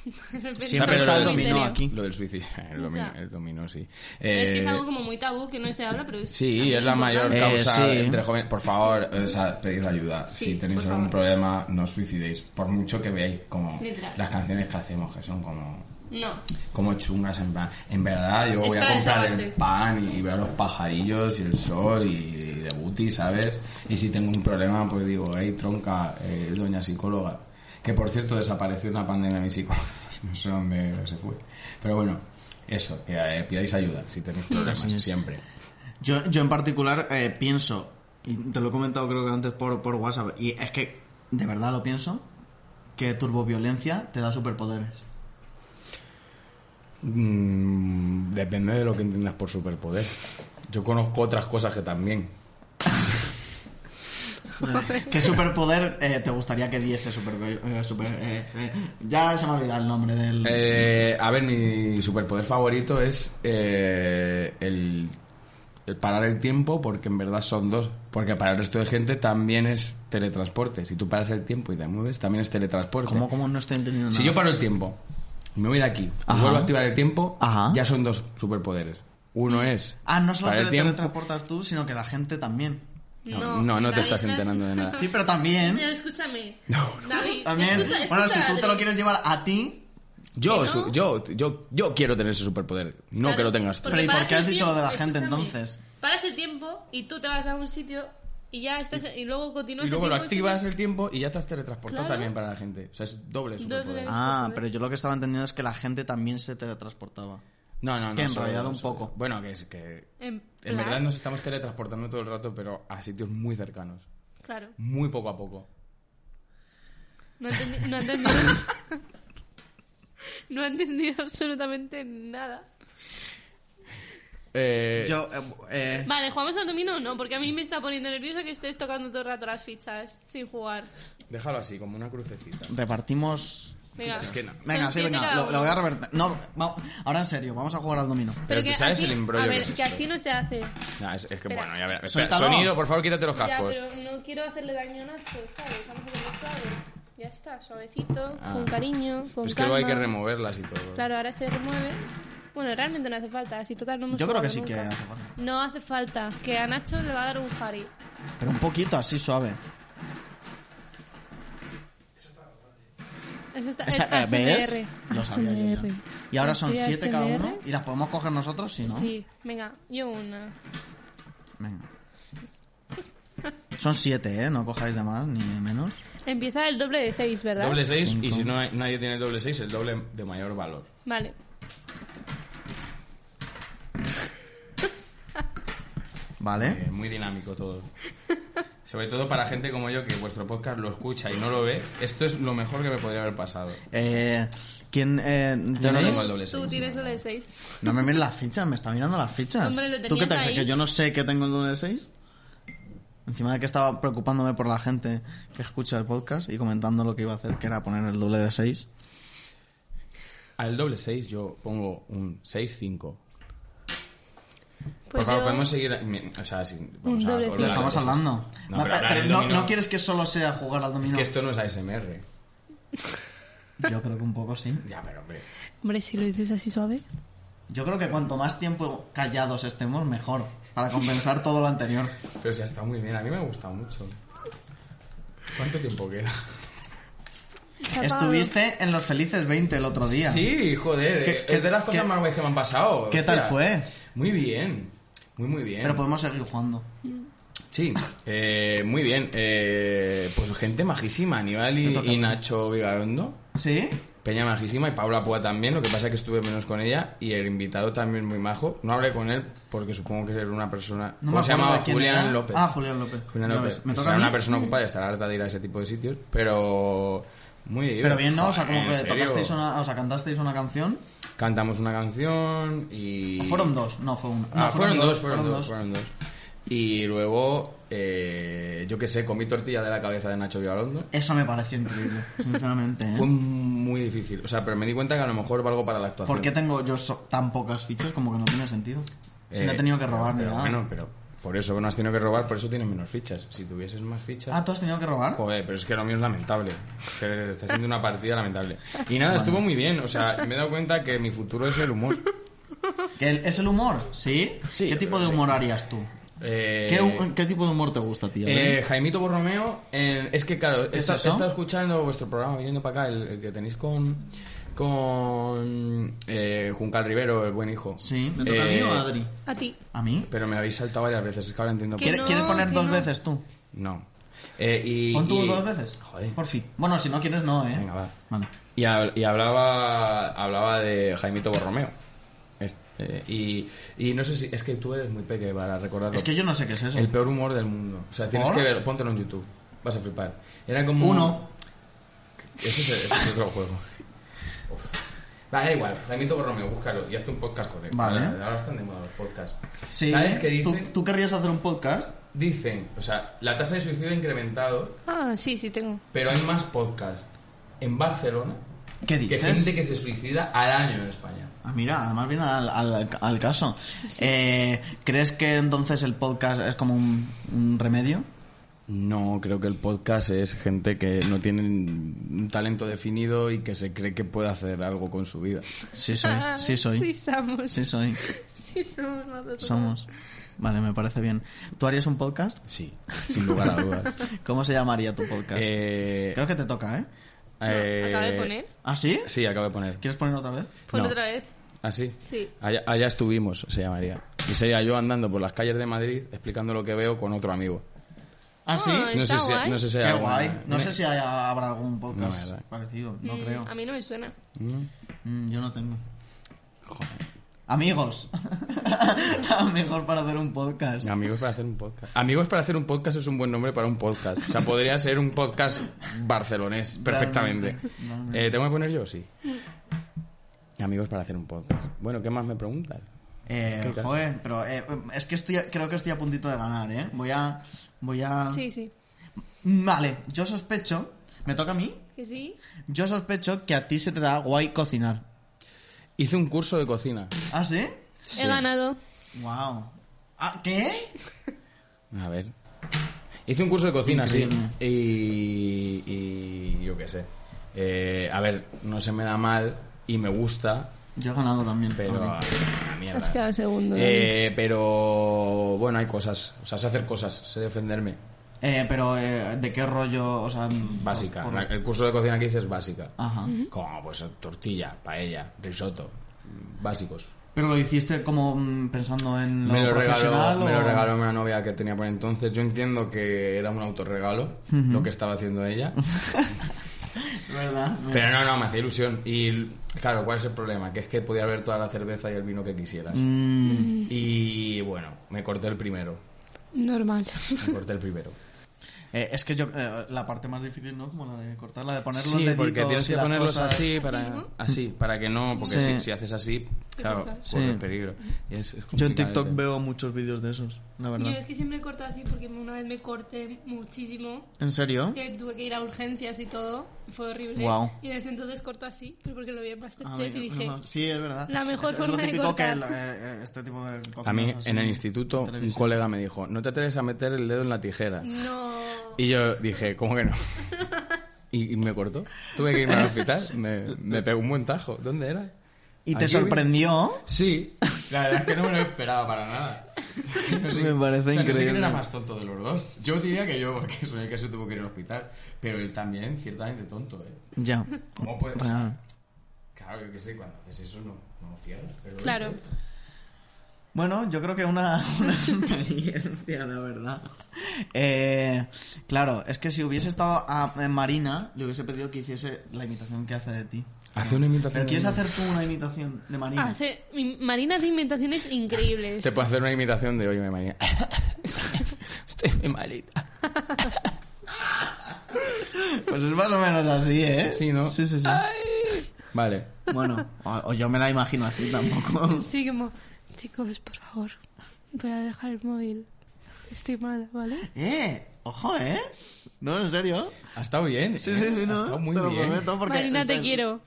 S2: De repente
S1: Siempre
S2: es
S3: está
S2: un
S3: el dominó
S2: misterio.
S1: aquí.
S3: Lo del suicidio. El dominó, el dominó, sí.
S2: Pero es que es
S3: Eh,
S2: algo como muy tabú que no se habla, pero es.
S3: Sí,
S2: también
S3: es la mayor
S2: importante.
S1: Eh,
S3: causa
S1: sí.
S3: entre jóvenes. Por favor, o sea, pedid ayuda.
S2: Sí,
S3: si tenéis
S2: por
S3: algún
S2: favor.
S3: problema, no os suicidéis. Por mucho que veáis como
S2: Literal.
S3: las canciones que hacemos, que son como,
S2: No.
S3: como chungas, en plan. En verdad, yo
S2: Es
S3: voy a
S2: para
S3: comprar el
S2: desahogarse.
S3: pan y, veo los pajarillos y el sol y, de booty, ¿sabes? Y si tengo un problema, pues digo, hey, tronca, eh, doña psicóloga. Que por cierto, desapareció una pandemia de mi psicóloga. No sé dónde se fue. Pero bueno, eso, que eh, pidáis ayuda si tenéis problemas,
S1: Así es.
S3: siempre.
S1: Yo, yo en particular eh, pienso, y te lo he comentado creo que antes por, por WhatsApp, y es que de verdad lo pienso, que turboviolencia te da superpoderes.
S3: Mm, depende de lo que entiendas por superpoder. Yo conozco otras cosas que también.
S1: ¿Qué superpoder eh, te gustaría que diese super, eh, super- eh, eh, Ya se me ha olvidado el nombre del...
S3: Eh, a ver, mi superpoder favorito es eh, el, el parar el tiempo, porque en verdad son dos. Porque para el resto de gente también es teletransporte. Si tú paras el tiempo y te mueves, también es teletransporte.
S1: ¿Cómo, cómo no estoy entendiendo
S3: Si
S1: nada?
S3: yo paro el tiempo, me voy de aquí, y
S1: Ajá.
S3: vuelvo a activar el tiempo,
S1: Ajá.
S3: ya son dos superpoderes. Uno es...
S1: Ah, no solo
S3: parar
S1: te
S3: el tiempo.
S1: teletransportas tú, sino que la gente también.
S3: No, no, no te
S2: David,
S3: estás
S2: no es-
S3: enterando de nada.
S1: Sí, pero también...
S2: No, escúchame. No, David,
S1: también
S2: escucha-
S1: bueno,
S2: escucha
S1: si tú
S2: a
S1: te lo
S2: Adri.
S1: quieres llevar a ti...
S3: Yo,
S2: ¿Que no?
S3: su- yo, yo, yo quiero tener ese superpoder. No
S2: Claro,
S3: que lo tengas tú.
S1: Pero ¿y por
S2: paras
S1: qué has
S2: el
S1: dicho lo de la gente,
S2: escúchame,
S1: entonces?
S2: Paras el tiempo y tú te vas a un sitio y ya estás. Y luego continúas.
S3: Y luego
S2: el
S3: lo
S2: tiempo
S3: activas el tiempo y ya te has teletransportado
S2: Claro.
S3: también para la gente. O sea, es doble
S2: Doble.
S3: superpoder.
S1: Ah, pero yo lo que estaba entendiendo es que la gente también se teletransportaba.
S3: No, no, no.
S1: Que
S3: solo-
S1: enrollado un
S3: solo-
S1: poco.
S3: Bueno, que es que...
S2: En,
S3: En
S2: plan-
S3: verdad nos estamos teletransportando todo el rato, pero a sitios muy cercanos.
S2: Claro.
S3: Muy poco a poco.
S2: No ha entendi- no ha entendido, no ha entendido absolutamente nada.
S3: Eh,
S1: Yo, eh, eh,
S2: Vale, ¿jugamos al dominó o no? Porque a mí me está poniendo nerviosa que estés tocando todo el rato las fichas sin jugar.
S3: Déjalo así, como una crucecita.
S1: Repartimos.
S2: Venga,
S3: Es que no.
S1: Venga,
S2: Son
S1: sí,
S2: siete
S1: venga,
S2: cada
S1: lo,
S2: uno.
S1: lo voy a revertir. No, va- ahora en serio, vamos a jugar al dominó.
S3: Pero tú sabes el embrollo
S2: A
S3: que
S2: ver,
S3: es
S2: que,
S3: esto.
S2: así no se hace.
S3: Nah, es, es que
S2: Espera.
S3: bueno, ya verás. Espera,
S1: Suéltalo.
S3: sonido, por favor, quítate los
S2: Ya,
S3: cascos.
S2: pero no quiero hacerle daño a Nacho, ¿sabes? Vamos a hacerlo suave. Ya está, suavecito,
S3: Ah.
S2: con cariño, con
S3: Es que
S2: calma.
S3: luego hay que removerlas y todo.
S2: Claro, ahora se remueve. Bueno, realmente no hace falta, así total no hemos
S1: Yo creo que
S2: jugado
S1: sí que
S2: nunca.
S1: hace falta.
S2: No hace falta, que a Nacho le va a dar un Harry.
S1: Pero un poquito así suave.
S2: Eso está,
S1: Esa- eh,
S2: es
S1: ¿Ves?
S2: ASMR.
S1: Lo sabía yo ya.
S2: ASMR.
S1: Y ahora son
S2: Hostia,
S1: siete cada
S2: ASMR.
S1: uno y las podemos coger nosotros si no.
S2: Sí, venga, yo una.
S1: Venga. Son siete, ¿eh? No cojáis de más ni de menos.
S2: Empieza el doble de seis, ¿verdad?
S3: Doble 6 y
S1: Cinco.
S3: si no hay- nadie tiene el doble 6, el doble de mayor valor.
S2: Vale.
S1: ¿Vale?
S3: Eh, muy dinámico todo. Sobre todo para gente como yo que vuestro podcast lo escucha y no lo ve, esto es lo mejor que me podría haber pasado.
S1: Eh, ¿Quién. Eh,
S3: Yo no
S1: tenéis?
S3: tengo el doble 6.
S2: Tú tienes doble de seis.
S1: No me mires las fichas, me está mirando las fichas.
S2: Hombre, lo
S1: ¿Tú qué te
S2: tenías
S1: crees?
S2: ahí.
S1: ¿Que yo no sé que tengo el doble de 6? Encima de que estaba preocupándome por la gente que escucha el podcast y comentando lo que iba a hacer, que era poner el doble de 6.
S3: Al doble 6 yo pongo un 6-5.
S2: Pues
S3: por favor,
S2: yo-
S3: podemos seguir. mi- O sea, sin- vamos
S2: Un doble
S3: a
S2: cinco.
S1: Lo
S2: Claro,
S1: estamos
S3: cosas.
S1: hablando.
S3: No,
S1: Va,
S3: pero hablar del
S1: no,
S3: dominó.
S1: no quieres que solo sea jugar al
S3: Es
S1: dominó.
S3: que esto no es ASMR.
S1: Yo creo que un poco sí.
S3: Ya, pero hombre.
S2: Hombre, si lo dices así suave.
S1: Yo creo que cuanto más tiempo callados estemos, mejor. Para compensar todo lo anterior.
S3: Pero sí, ha estado muy bien. A mí me ha gustado mucho. ¿Cuánto tiempo queda?
S2: Zapado.
S1: Estuviste en los felices 20 el otro día.
S3: Sí, joder.
S1: ¿Qué-
S3: eh,
S1: qué-
S3: es de las cosas
S1: qué-
S3: más guays que me han pasado.
S1: ¿Qué tal
S3: hostia.
S1: fue?
S3: Muy bien. Muy, muy bien.
S1: Pero podemos seguir jugando.
S3: Sí, eh, muy bien. Eh, pues gente majísima. Aníbal y,
S1: Me toca.
S3: y Nacho Vigarondo.
S1: ¿Sí?
S3: Peña majísima y Paula Púa también. Lo que pasa es que estuve menos con ella y el invitado también muy majo. No hablé con él porque supongo que era una persona.
S1: No
S3: ¿Cómo
S1: me
S3: se
S1: acuerdo
S3: llamaba?
S1: de quién era.
S3: Julián López.
S1: Ah, Julián López.
S3: Julián
S1: Ya
S3: López.
S1: ves, Me
S3: O
S1: toca
S3: sea,
S1: a mí. Mm.
S3: una persona ocupada, estar harta de ir a ese tipo de sitios, pero muy bien.
S1: Pero bien, ¿no? O sea, como
S3: Joder,
S1: que
S3: ¿en serio?
S1: tocasteis una, o sea, cantasteis una canción.
S3: Cantamos una canción y...
S1: O fueron dos, no fue una.
S3: Ah,
S1: No,
S3: fueron, dos, fueron dos, fueron dos. Y luego, eh, yo qué sé, comí tortilla de la cabeza de Nacho Villalondo.
S1: Eso me pareció increíble, sinceramente. ¿eh?
S3: Fue muy difícil. O sea, pero me di cuenta que a lo mejor valgo para la actuación.
S1: ¿Por qué tengo yo so- tan pocas fichas? Como que no tiene sentido. Si
S3: Eh,
S1: no he tenido que robar ni
S3: pero,
S1: nada.
S3: Bueno, pero por eso que no has tenido que robar, por eso tienes menos fichas. Si tuvieses más fichas...
S1: Ah, ¿tú has tenido que robar?
S3: Joder, pero es que lo mío es lamentable. Que Está siendo una partida lamentable. Y nada, estuvo muy bien. O sea, me he dado cuenta que mi futuro es el humor.
S1: ¿Que el- ¿Es el humor? ¿Sí?
S3: Sí,
S1: ¿Qué tipo de
S3: sí.
S1: humor harías tú?
S3: Eh,
S1: ¿Qué, hu- qué tipo de humor te gusta, tío?
S3: eh, Jaimito Borromeo, eh, es que claro, he
S1: es
S3: estado,
S1: eso?
S3: he estado escuchando vuestro programa viniendo para acá, el, el que tenéis con con eh, Juncal Rivero, el buen hijo.
S1: sí, ¿me toca a mí
S3: Eh,
S1: o a Adri?
S2: A ti.
S1: ¿A mí?
S3: Pero me habéis saltado varias veces, es que ahora entiendo
S2: ¿Qué?
S3: por
S1: ¿Quieres,
S2: no,
S1: quieres poner
S2: que
S1: dos
S2: no.
S1: veces tú?
S3: No. Eh, y,
S1: ¿Pon tú
S3: y-
S1: dos veces?
S3: Joder.
S1: Por fin. Bueno, si no quieres, no, ¿eh?
S3: Venga, va.
S1: Vale.
S3: Y, hab- y hablaba, hablaba de Jaimito Borromeo. Este, y, y no sé si. Es que tú eres muy peque para recordarlo.
S1: Es que yo no sé qué es eso.
S3: El peor humor del mundo. O sea, tienes
S1: ¿Por?
S3: que verlo. Póntelo en YouTube. Vas a flipar. Era como.
S1: Uno.
S3: Ese es, ese es otro juego. Uf. Va, da igual. Jaimito Borromeo, búscalo y hazte un podcast con él.
S1: Vale.
S3: Ahora, ahora están de moda los podcasts.
S1: Sí,
S3: ¿Sabes qué
S1: ¿Tú,
S3: dicen?
S1: tú querrías hacer un podcast?
S3: Dicen, o sea, la tasa de suicidio ha incrementado,
S2: Ah, sí, sí, tengo.
S3: pero hay más podcasts en Barcelona
S1: ¿Qué
S3: que
S1: dices?
S3: gente que se suicida al año en España.
S1: Ah, mira, además viene al, al- al caso. Eh, ¿Crees que entonces el podcast es como un, un remedio?
S3: No, creo que el podcast es gente que no tiene un talento definido y que se cree que puede hacer algo con su vida.
S1: Sí soy, sí
S2: Sí,
S1: soy.
S2: somos.
S1: Sí soy,
S2: Sí, somos nosotros.
S1: somos. Vale, me parece bien. ¿Tú harías un podcast?
S3: Sí, sin lugar a dudas.
S1: ¿Cómo se llamaría tu podcast?
S3: Eh,
S1: Creo que te toca, ¿eh?
S3: eh,
S2: Acaba de poner.
S1: ¿Ah, sí?
S3: Sí, acabo de poner. Ah,
S1: ¿Quieres poner otra vez?
S2: Pon
S3: No.
S2: otra vez.
S3: Así.
S2: Sí.
S3: Allá, allá estuvimos, se llamaría. Y sería yo andando por las calles de Madrid explicando lo que veo con otro amigo.
S1: ¿Ah, sí?
S2: Ah,
S3: No
S2: Está
S3: sé, si,
S2: guay.
S3: no sé si hay
S1: Qué
S3: alguna-
S1: guay. No sé si hay- habrá algún
S3: No,
S1: podcast
S3: verdad.
S1: parecido, no
S2: Mm,
S1: creo.
S2: A mí no me suena.
S3: Mm,
S1: Mm, yo no tengo.
S3: Joder.
S1: Amigos. Amigos para hacer un podcast.
S3: Amigos para hacer un podcast. Amigos para hacer un podcast es un buen nombre para un podcast. O sea, podría ser un podcast barcelonés perfectamente.
S1: Realmente, realmente.
S3: Eh, ¿Tengo que poner yo? Sí. Amigos para hacer un podcast. Bueno, ¿qué más me preguntas?
S1: Eh,
S4: Qué caca.
S1: joder, pero eh, es que estoy, creo que estoy a puntito de ganar, ¿eh? Voy a... Voy a...
S2: Sí, sí.
S1: Vale, yo sospecho... ¿Me toca a mí?
S2: ¿Que sí?
S1: Yo sospecho que a ti se te da guay cocinar.
S3: Hice un curso de cocina.
S1: ¿Ah, sí?
S3: Sí.
S2: He ganado.
S1: Wow. ¿Ah, qué?
S3: A ver. Hice un curso de cocina,
S1: Increíble.
S3: sí. Y, y yo qué sé. Eh, a ver, no se me da mal y me gusta,
S1: Yo he ganado también.
S3: pero...
S1: ok.
S3: a la mierda.
S2: Has quedado segundo.
S3: Eh, pero bueno, hay cosas. O sea, sé hacer cosas, sé defenderme.
S1: Eh, pero, eh, ¿de qué rollo? O sea, mm,
S3: Básica.
S1: por-
S3: La- El curso de cocina que hice es básica.
S1: Ajá.
S3: Como pues tortilla, paella, risotto. mm, Básicos.
S1: Pero lo hiciste como mm, pensando en lo
S3: me, lo
S1: profesional
S3: regaló,
S1: o-
S3: me lo regaló una novia que tenía por entonces. Yo entiendo que era un autorregalo lo que estaba haciendo ella.
S1: ¿Verdad?
S3: Pero no, no, me hacía ilusión. Y claro, ¿cuál es el problema? Que es que podía beber toda la cerveza y el vino que quisieras.
S1: Mm,
S3: Y bueno, me corté el primero.
S2: Normal.
S3: Me corté el primero.
S1: eh, es que yo eh, la parte más difícil, ¿no? Como la de cortar, la de poner los
S3: Sí,
S1: deditos
S3: porque tienes
S1: y
S3: que
S1: las
S3: ponerlos
S1: cosas.
S3: así
S2: Así,
S3: para,
S2: ¿no?
S3: así, para que no, porque
S1: Sí.
S3: si, si haces así,
S2: Te
S3: claro,
S2: cortas.
S3: corre
S1: Sí.
S3: peligro. Y es- es
S1: Yo en
S3: complicado,
S1: TikTok
S3: ¿eh?
S1: veo muchos vídeos de esos, la
S2: Yo
S1: verdad.
S2: es que siempre he cortado así porque una vez me corté muchísimo.
S1: ¿En serio?
S2: Que tuve que ir a urgencias y todo. y Fue horrible.
S1: Guau.
S2: Y desde entonces corto así, pero porque lo vi en
S1: Ah,
S2: Masterchef y
S1: mira,
S2: dije...
S1: no, no, sí, es verdad.
S2: la mejor
S1: Es- es,
S2: forma
S1: lo
S2: de
S1: típico que
S2: cortar.
S1: el, eh, eh, este tipo de cosas
S3: A mí
S1: así,
S3: en el instituto un
S1: televisión.
S3: colega me dijo, no te atreves a meter el dedo en la tijera.
S2: No.
S3: Y yo dije, ¿cómo que no? Y, y me cortó. Tuve que irme al hospital, me, me pegó un buen tajo. ¿Dónde era?
S1: ¿Y te
S3: Aquí.
S1: sorprendió?
S3: Sí, la verdad es que no me lo esperaba para nada. No sé-
S1: Me parece
S3: o sea, no sé quién
S1: increíble.
S3: era más tonto de los dos. Yo diría que yo, porque soy el que se tuvo que ir al hospital. Pero él también, ciertamente tonto, ¿eh?
S1: Ya.
S3: ¿Cómo puede-
S1: Real.
S3: Claro, yo qué sé, cuando haces eso no, no cierras. pero-
S2: Claro.
S1: Bueno, yo creo que una, una experiencia, la verdad. Eh, claro, es que si hubiese estado a- en Marina, le hubiese pedido que hiciese la imitación que hace de ti.
S3: Hace una imitación.
S1: ¿Pero quieres
S3: de-
S1: hacer tú una imitación de Marina?
S2: Hace, mi- Marina hace inventaciones increíbles.
S3: Te puedo hacer una imitación de hoy me María. Estoy muy malita.
S1: Pues es más o menos así, ¿eh?
S3: Sí, ¿no?
S1: Sí, sí, sí.
S3: Vale.
S1: Bueno, o, o yo me la imagino así tampoco.
S2: Sí, como... Chicos, por favor, voy a dejar el móvil. Estoy mala, ¿vale?
S1: Eh, ojo, ¿eh? ¿No, en serio?
S3: Ha estado bien. ¿eh?
S1: Sí, sí, sí,
S3: Ha
S1: no.
S3: estado muy
S1: te lo
S3: bien.
S1: prometo porque...
S2: Marina, te quiero.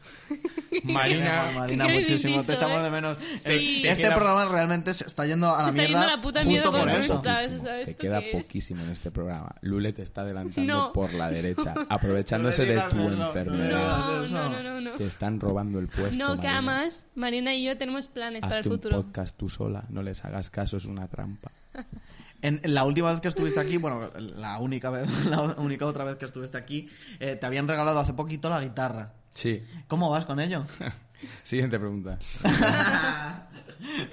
S3: Marina.
S1: Bueno, Marina,
S2: Creo que
S1: muchísimo, te
S2: insisto,
S1: echamos
S2: ¿eh?
S1: de menos.
S2: Sí.
S1: Eh, Este
S3: Queda-
S1: programa realmente se está yendo a la
S2: Se está
S1: mierda
S2: yendo a la puta
S1: justo
S2: mierda
S1: por
S2: con
S1: eso.
S2: Rusta. ¿sabes? ¿Sabes
S4: Te
S2: tú
S4: queda
S2: qué es?
S4: poquísimo en este programa. Lule te está adelantando
S2: No.
S4: por la derecha, aprovechándose de tu
S1: No le digas eso,
S3: Eh,
S4: enfermedad.
S2: No, no, no, no. no.
S4: Te están robando el puesto.
S2: No, que
S4: Marina.
S2: además, Marina y yo tenemos planes para el
S4: Hazte un
S2: futuro.
S4: podcast tú sola, no les hagas caso, es una trampa.
S1: En en la última vez que estuviste aquí, bueno, la única vez, la única otra vez que estuviste aquí, eh, te habían regalado hace poquito la guitarra.
S3: Sí.
S1: ¿Cómo vas con ello?
S3: Siguiente pregunta.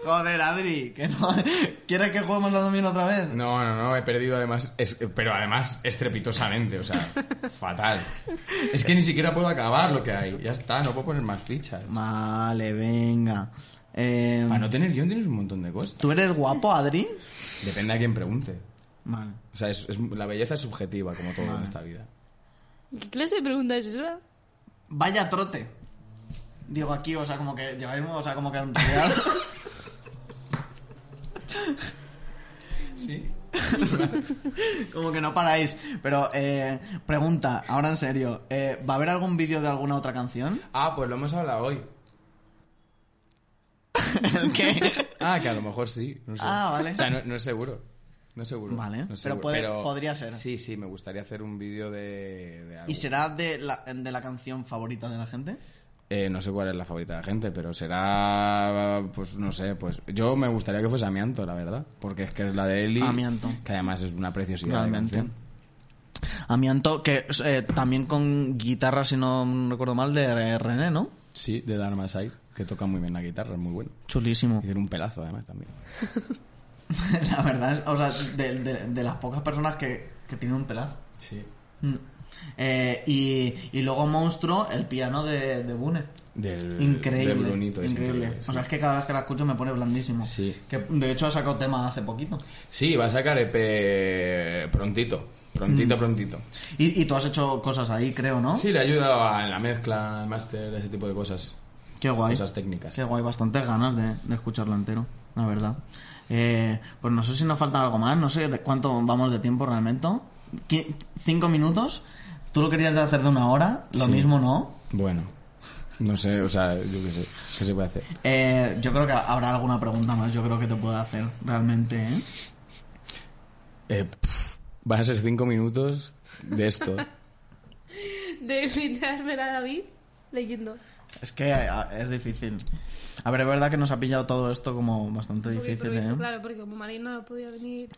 S1: Joder, Adri, que no- ¿quieres que juguemos la dominó otra vez?
S3: No, no, no, he perdido además, es- pero además estrepitosamente, o sea, fatal. Es que ni siquiera puedo acabar lo que hay, ya está, no puedo poner más fichas.
S1: Vale, venga. Eh,
S3: Para no tener guión tienes un montón de cosas.
S1: ¿Tú eres guapo, Adri?
S3: Depende a quién pregunte.
S1: Vale.
S3: O sea, es- es- la belleza es subjetiva, como todo en esta vida.
S2: ¿Qué clase de pregunta es esa?
S1: Vaya trote. Digo aquí, o sea, como que lleváis, o sea, como que en realidad-
S3: Sí.
S1: como que no paráis. Pero eh, pregunta, ahora en serio, eh, ¿va a haber algún vídeo de alguna otra canción?
S3: Ah, pues lo hemos hablado hoy.
S1: ¿Qué?
S3: Ah, que a lo mejor sí. No sé.
S1: Ah, vale.
S3: O sea, no, no es seguro. No es seguro.
S1: Vale,
S3: no es
S1: pero
S3: seguro.
S1: puede- podría ser.
S3: Sí, sí, me gustaría hacer un vídeo de, de algo.
S1: ¿Y será de la, de la canción favorita de la gente?
S3: Eh, no sé cuál es la favorita de la gente, pero será. Pues no sé, pues. Yo me gustaría que fuese Amianto, la verdad. Porque es que es la de Eli.
S1: Amianto.
S3: Que además es una preciosidad. de
S1: Realmente.
S3: canción.
S1: Amianto, que eh, también con guitarra, si no recuerdo mal, de eh, René, ¿no?
S3: Sí, de Dharma Sai, que toca muy bien la guitarra, es muy bueno.
S1: Chulísimo.
S3: Y tiene un pelazo además también.
S1: la verdad, es, o sea, de, de- de las pocas personas que, que tienen un pelazo.
S3: Sí.
S1: Mm. Eh, y, y luego Monstruo, el piano de, de Bune.
S3: Del,
S1: Increíble.
S3: De Brunito, es
S1: increíble.
S3: increíble.
S1: O sea,
S3: sí.
S1: es que cada vez que la escucho me pone blandísimo.
S3: Sí.
S1: Que de hecho ha sacado tema hace poquito.
S3: Sí, va a sacar EP prontito.
S1: Mm.
S3: Prontito, prontito.
S1: Y, y tú has hecho cosas ahí, creo, ¿no?
S3: Sí, le ayuda a la mezcla, al máster, ese tipo de cosas.
S1: Qué guay.
S3: esas técnicas.
S1: Qué guay, bastantes ganas de, de escucharlo entero, la verdad. Eh, pues no sé si nos falta algo más, no sé de cuánto vamos de tiempo realmente. Qui- ¿Cinco minutos? ¿Tú lo querías de hacer de una hora? Lo
S4: Sí.
S1: mismo no.
S4: Bueno, no sé, o sea, yo qué sé, ¿qué se puede hacer?
S1: Eh, yo creo que habrá alguna pregunta más, yo creo que te puedo hacer realmente. ¿eh?
S4: Eh, pff, van a ser cinco minutos de esto.
S2: De literal ver a David leyendo.
S1: Es que eh, es difícil. A ver, es verdad que nos ha pillado todo esto como bastante
S2: Porque, por
S1: difícil.
S2: visto,
S1: ¿eh?
S2: Claro, porque como Marín no podía venir.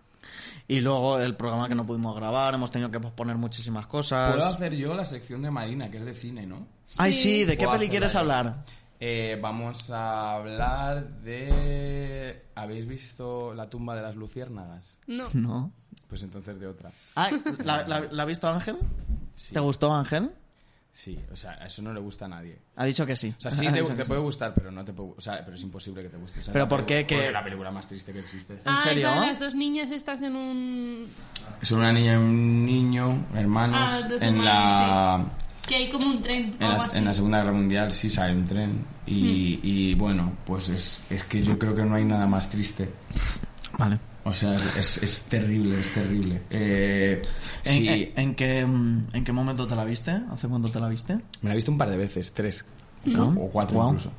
S1: Y luego el programa que no pudimos grabar, hemos tenido que posponer muchísimas cosas.
S3: Puedo hacer yo la sección de Marina, que es de cine, ¿no?
S1: Ay, sí, ¿de qué
S3: Puedo
S1: peli
S3: hacerla
S1: quieres
S3: yo.
S1: hablar?
S3: Eh, vamos a hablar de... ¿Habéis visto La tumba de las luciérnagas?
S2: No.
S1: No.
S3: Pues entonces de otra.
S1: Ah, ¿la, la, la ha visto Ángel?
S3: Sí.
S1: ¿Te gustó Ángel?
S3: Sí, o sea, eso no le gusta a nadie.
S1: Ha dicho que sí.
S3: O sea, sí
S1: Ha
S3: te,
S1: dicho
S3: te
S1: que
S3: puede gustar, pero no te puede, o sea, pero es imposible que te guste. O sea,
S1: ¿Pero
S3: la
S1: por qué?
S3: peli-
S1: ¿Qué?
S3: Porque es la película más triste que existe.
S2: Ah, es la de
S1: serio?
S2: las dos niñas estás en un...
S3: Son una niña y un niño, hermanos,
S2: Ah, dos
S3: en
S2: hermanos,
S3: la
S2: Que hay como un tren o
S3: en
S2: algo
S3: la,
S2: así. Hmm.
S3: en la Segunda Guerra Mundial sí sale un tren y, y, bueno, pues es, es que yo creo que no hay nada más triste.
S1: sí. Vale.
S3: O sea, es, es terrible, es terrible. Eh,
S1: ¿En,
S3: sí,
S1: en- en qué, mm, ¿En qué momento te la viste? ¿Hace cuánto te la viste?
S3: me la he visto un par de veces, tres
S1: ¿No?
S3: o cuatro
S1: Guau.
S3: incluso.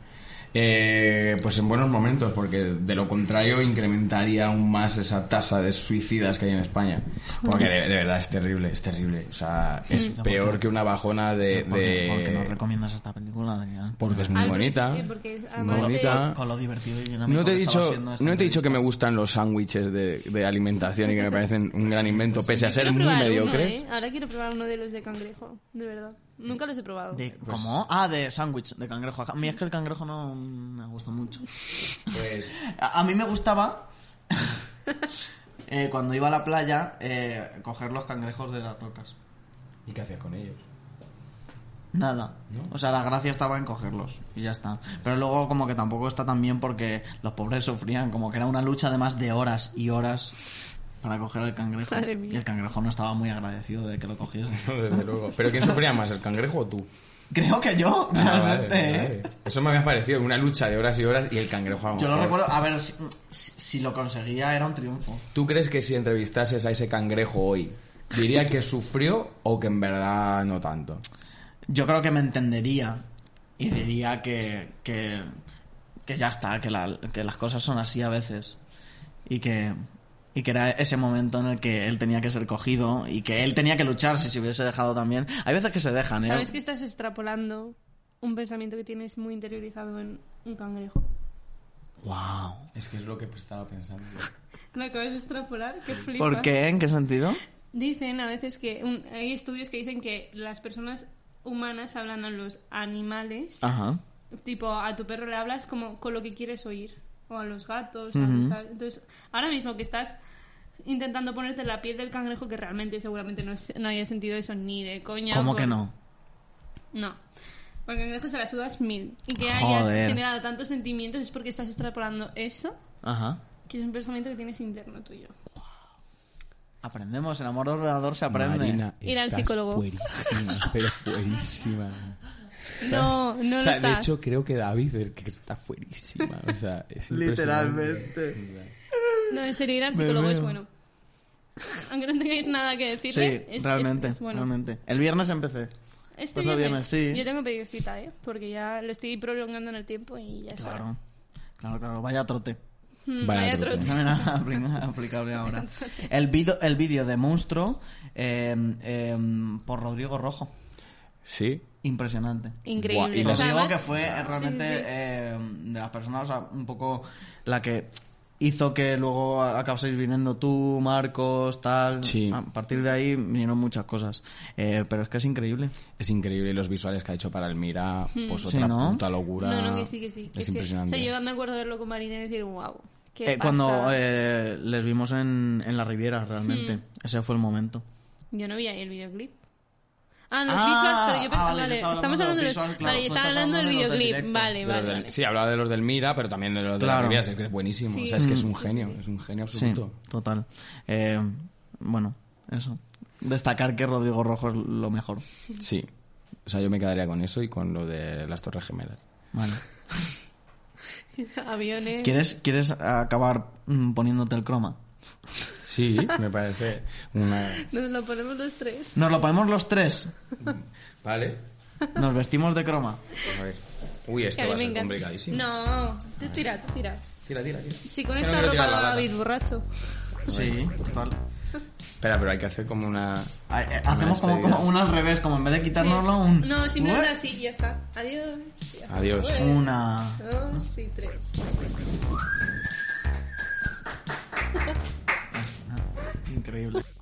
S3: Eh, pues en buenos momentos, porque de lo contrario incrementaría aún más esa tasa de suicidas que hay en España. Porque de, de verdad es terrible, es terrible. O sea, es
S1: Mm.
S3: peor que una bajona de...
S1: ¿Por qué,
S3: Eh, de-
S1: por qué nos recomiendas esta película, Adrián?
S4: Porque es
S2: Ah,
S4: muy
S2: porque-
S4: bonita.
S2: sí, porque es-
S4: muy
S2: además, eh,
S4: bonita.
S1: Con lo divertido y dinámico
S4: No te, he
S1: que estaba
S4: dicho,
S1: siendo esta
S4: no te he dicho que me
S1: entrevista.
S4: gustan los sándwiches de, de alimentación y que me parecen un gran invento, pese a
S2: Pues
S4: ser
S2: Yo quiero
S4: muy
S2: probar uno,
S4: mediocres.
S2: ¿eh? Ahora quiero probar uno de los de cangrejo, de verdad. Nunca los he probado.
S1: De-
S3: Pues
S1: ¿Cómo? Ah, de sándwich, de cangrejo. A mí es que el cangrejo no me gusta mucho.
S3: Pues,
S1: A, a mí me gustaba, eh, cuando iba a la playa, eh, coger los cangrejos de las rocas.
S3: ¿Y qué hacías con ellos?
S1: Nada.
S3: ¿No?
S1: O sea, la gracia estaba en cogerlos y ya está. Pero luego como que tampoco está tan bien porque los pobres sufrían, como que era una lucha además de horas y horas para coger al cangrejo.
S2: Madre mía.
S1: Y el cangrejo no estaba muy agradecido de que lo cogiese.
S4: No, desde luego.
S3: ¿Pero quién sufría más, el cangrejo o tú?
S1: Creo que yo,
S3: Ah,
S1: realmente.
S3: vale,
S1: ¿eh?
S3: vale. Eso me había parecido una lucha de horas y horas y el cangrejo a lo
S1: Yo lo
S4: eh.
S3: mejor.
S1: recuerdo, a ver, si, si- si lo conseguía era un triunfo.
S3: ¿Tú crees que si entrevistases a ese cangrejo hoy, diría que sufrió o que en verdad no tanto?
S1: Yo creo que me entendería y diría que, que, que ya está, que, la- que las cosas son así a veces. Y que, y que era ese momento en el que él tenía que ser cogido y que él tenía que luchar si se hubiese dejado también. Hay veces que se dejan, ¿eh?
S2: ¿Sabes que estás extrapolando un pensamiento que tienes muy interiorizado en un cangrejo?
S1: ¡Wow!
S3: Es que es lo que estaba pensando.
S2: ¿Lo acabas de extrapolar? ¡Qué flipas!
S1: ¿Por qué? ¿En qué sentido?
S2: Dicen a veces que... un- hay estudios que dicen que las personas humanas hablan a los animales.
S1: Ajá.
S2: Tipo, a tu perro le hablas como con lo que quieres oír. O a los gatos. o a
S1: Ujú.
S2: los tal. Entonces, ahora mismo que estás intentando ponerte la piel del cangrejo, que realmente seguramente no, es- no haya sentido eso ni de coña.
S1: ¿Cómo
S2: por-
S1: que no?
S2: No. Porque el cangrejo se la sudas mil. Y que hayas
S1: Joder.
S2: generado tantos sentimientos es porque estás extrapolando eso,
S1: Ajá.
S2: que es un pensamiento que tienes interno tuyo.
S1: Aprendemos, en amor de ordenador se aprende.
S4: Marina,
S2: Ir al
S4: estás
S2: psicólogo.
S4: Fuerísima, pero fuerísima.
S2: No, no
S4: o sea,
S2: lo estás.
S4: de hecho creo que David es el que está fuerísima. O sea, es impresionante.
S2: No, en serio, ir al psicólogo es bueno. Aunque no tengáis nada que decir.
S1: Sí, realmente,
S2: Es, bueno.
S1: realmente. El viernes empecé.
S2: Este
S1: Pasado
S2: viernes,
S1: viernes, Pues sí.
S2: Yo tengo que pedir cita, ¿eh? Porque ya lo estoy prolongando en el tiempo y ya está. Mm,
S1: Claro. Claro, claro. Vaya trote.
S2: Vaya,
S4: Vaya
S2: trote.
S4: trote.
S1: No hay nada apli- aplicable ahora. El vídeo el vídeo de Monstruo eh, eh, por Rodrigo Rojo.
S4: Sí.
S1: Impresionante.
S2: Increíble.
S4: Buah, y
S2: O
S4: los
S2: sea,
S1: Rodrigo
S2: Pues además-
S1: que fue eh, realmente
S2: Sí, sí.
S1: eh, de las personas, o sea, un poco la que hizo que luego acabaseis viniendo tú, Marcos, tal.
S4: Sí.
S1: A partir de ahí vinieron muchas cosas. Eh, pero es que es increíble.
S4: Es increíble los visuales que ha hecho para Elmira. Pues
S1: Sí,
S4: otra
S1: ¿no?
S4: puta locura.
S2: Hmm. No, no, que sí, que sí. que
S4: Es
S2: que-
S4: impresionante.
S2: o sea, yo me acuerdo de verlo con Marina y decir, wow. Qué
S1: Eh, cuando
S2: pasada".
S1: eh, les vimos en, en la Riviera,
S2: Hmm.
S1: realmente. Ese fue el momento.
S2: Yo no vi ahí el videoclip. Ah, los
S1: Ah,
S2: visuals, pero yo
S1: ah,
S2: pensaba,
S1: vale, yo
S2: vale,
S1: estaba
S2: estamos
S1: hablando de
S2: hablando de
S1: los
S2: los...
S1: visuals, claro,
S2: vale,
S1: tú
S2: yo
S1: estás
S2: estaba hablando
S1: hablando
S2: del
S1: de los del
S2: videolip,
S1: directo.
S2: vale,
S4: De los
S2: vale,
S4: del-
S2: vale.
S4: Sí, hablaba de los del Mira, pero también de los de
S1: Claro.
S4: la Riviera, es que es buenísimo.
S2: Sí.
S4: O sea, es que es
S2: Mm.
S4: un
S2: Sí, sí,
S4: genio,
S2: sí.
S4: es un genio
S1: Sí,
S4: absoluto.
S1: total. Eh, bueno, eso. Destacar que Rodrigo Rojo es lo mejor.
S4: Sí. O sea, yo me quedaría con eso y con lo de las Torres Gemelas.
S1: Vale.
S2: Aviones.
S1: ¿Quieres, ¿Quieres acabar mm, poniéndote el croma?
S3: Sí, me parece una...
S2: Nos lo ponemos los tres.
S1: Nos lo ponemos los tres.
S3: Vale.
S1: Nos vestimos de croma.
S3: A ver. Uy, esto
S2: Que a mí
S3: va a
S2: me
S3: ser
S2: encanta.
S3: complicadísimo.
S2: No, tú tira, tú tira.
S3: Tira, tira, tira.
S2: Si con
S3: Yo no
S2: esta
S3: quiero
S2: ropa
S3: tirar la
S2: va
S3: lata.
S2: David borracho.
S1: Sí, total.
S3: Espera, pero hay que hacer como una...
S1: Ay, eh, Hacemos como,
S3: despedida.
S1: como un al revés, como en vez de quitárnoslo un...
S2: No, simplemente
S1: Ué,
S2: así y ya está. Adiós. Ya.
S3: Adiós.
S2: Ué.
S1: Una...
S2: Dos y tres.
S1: Increíble.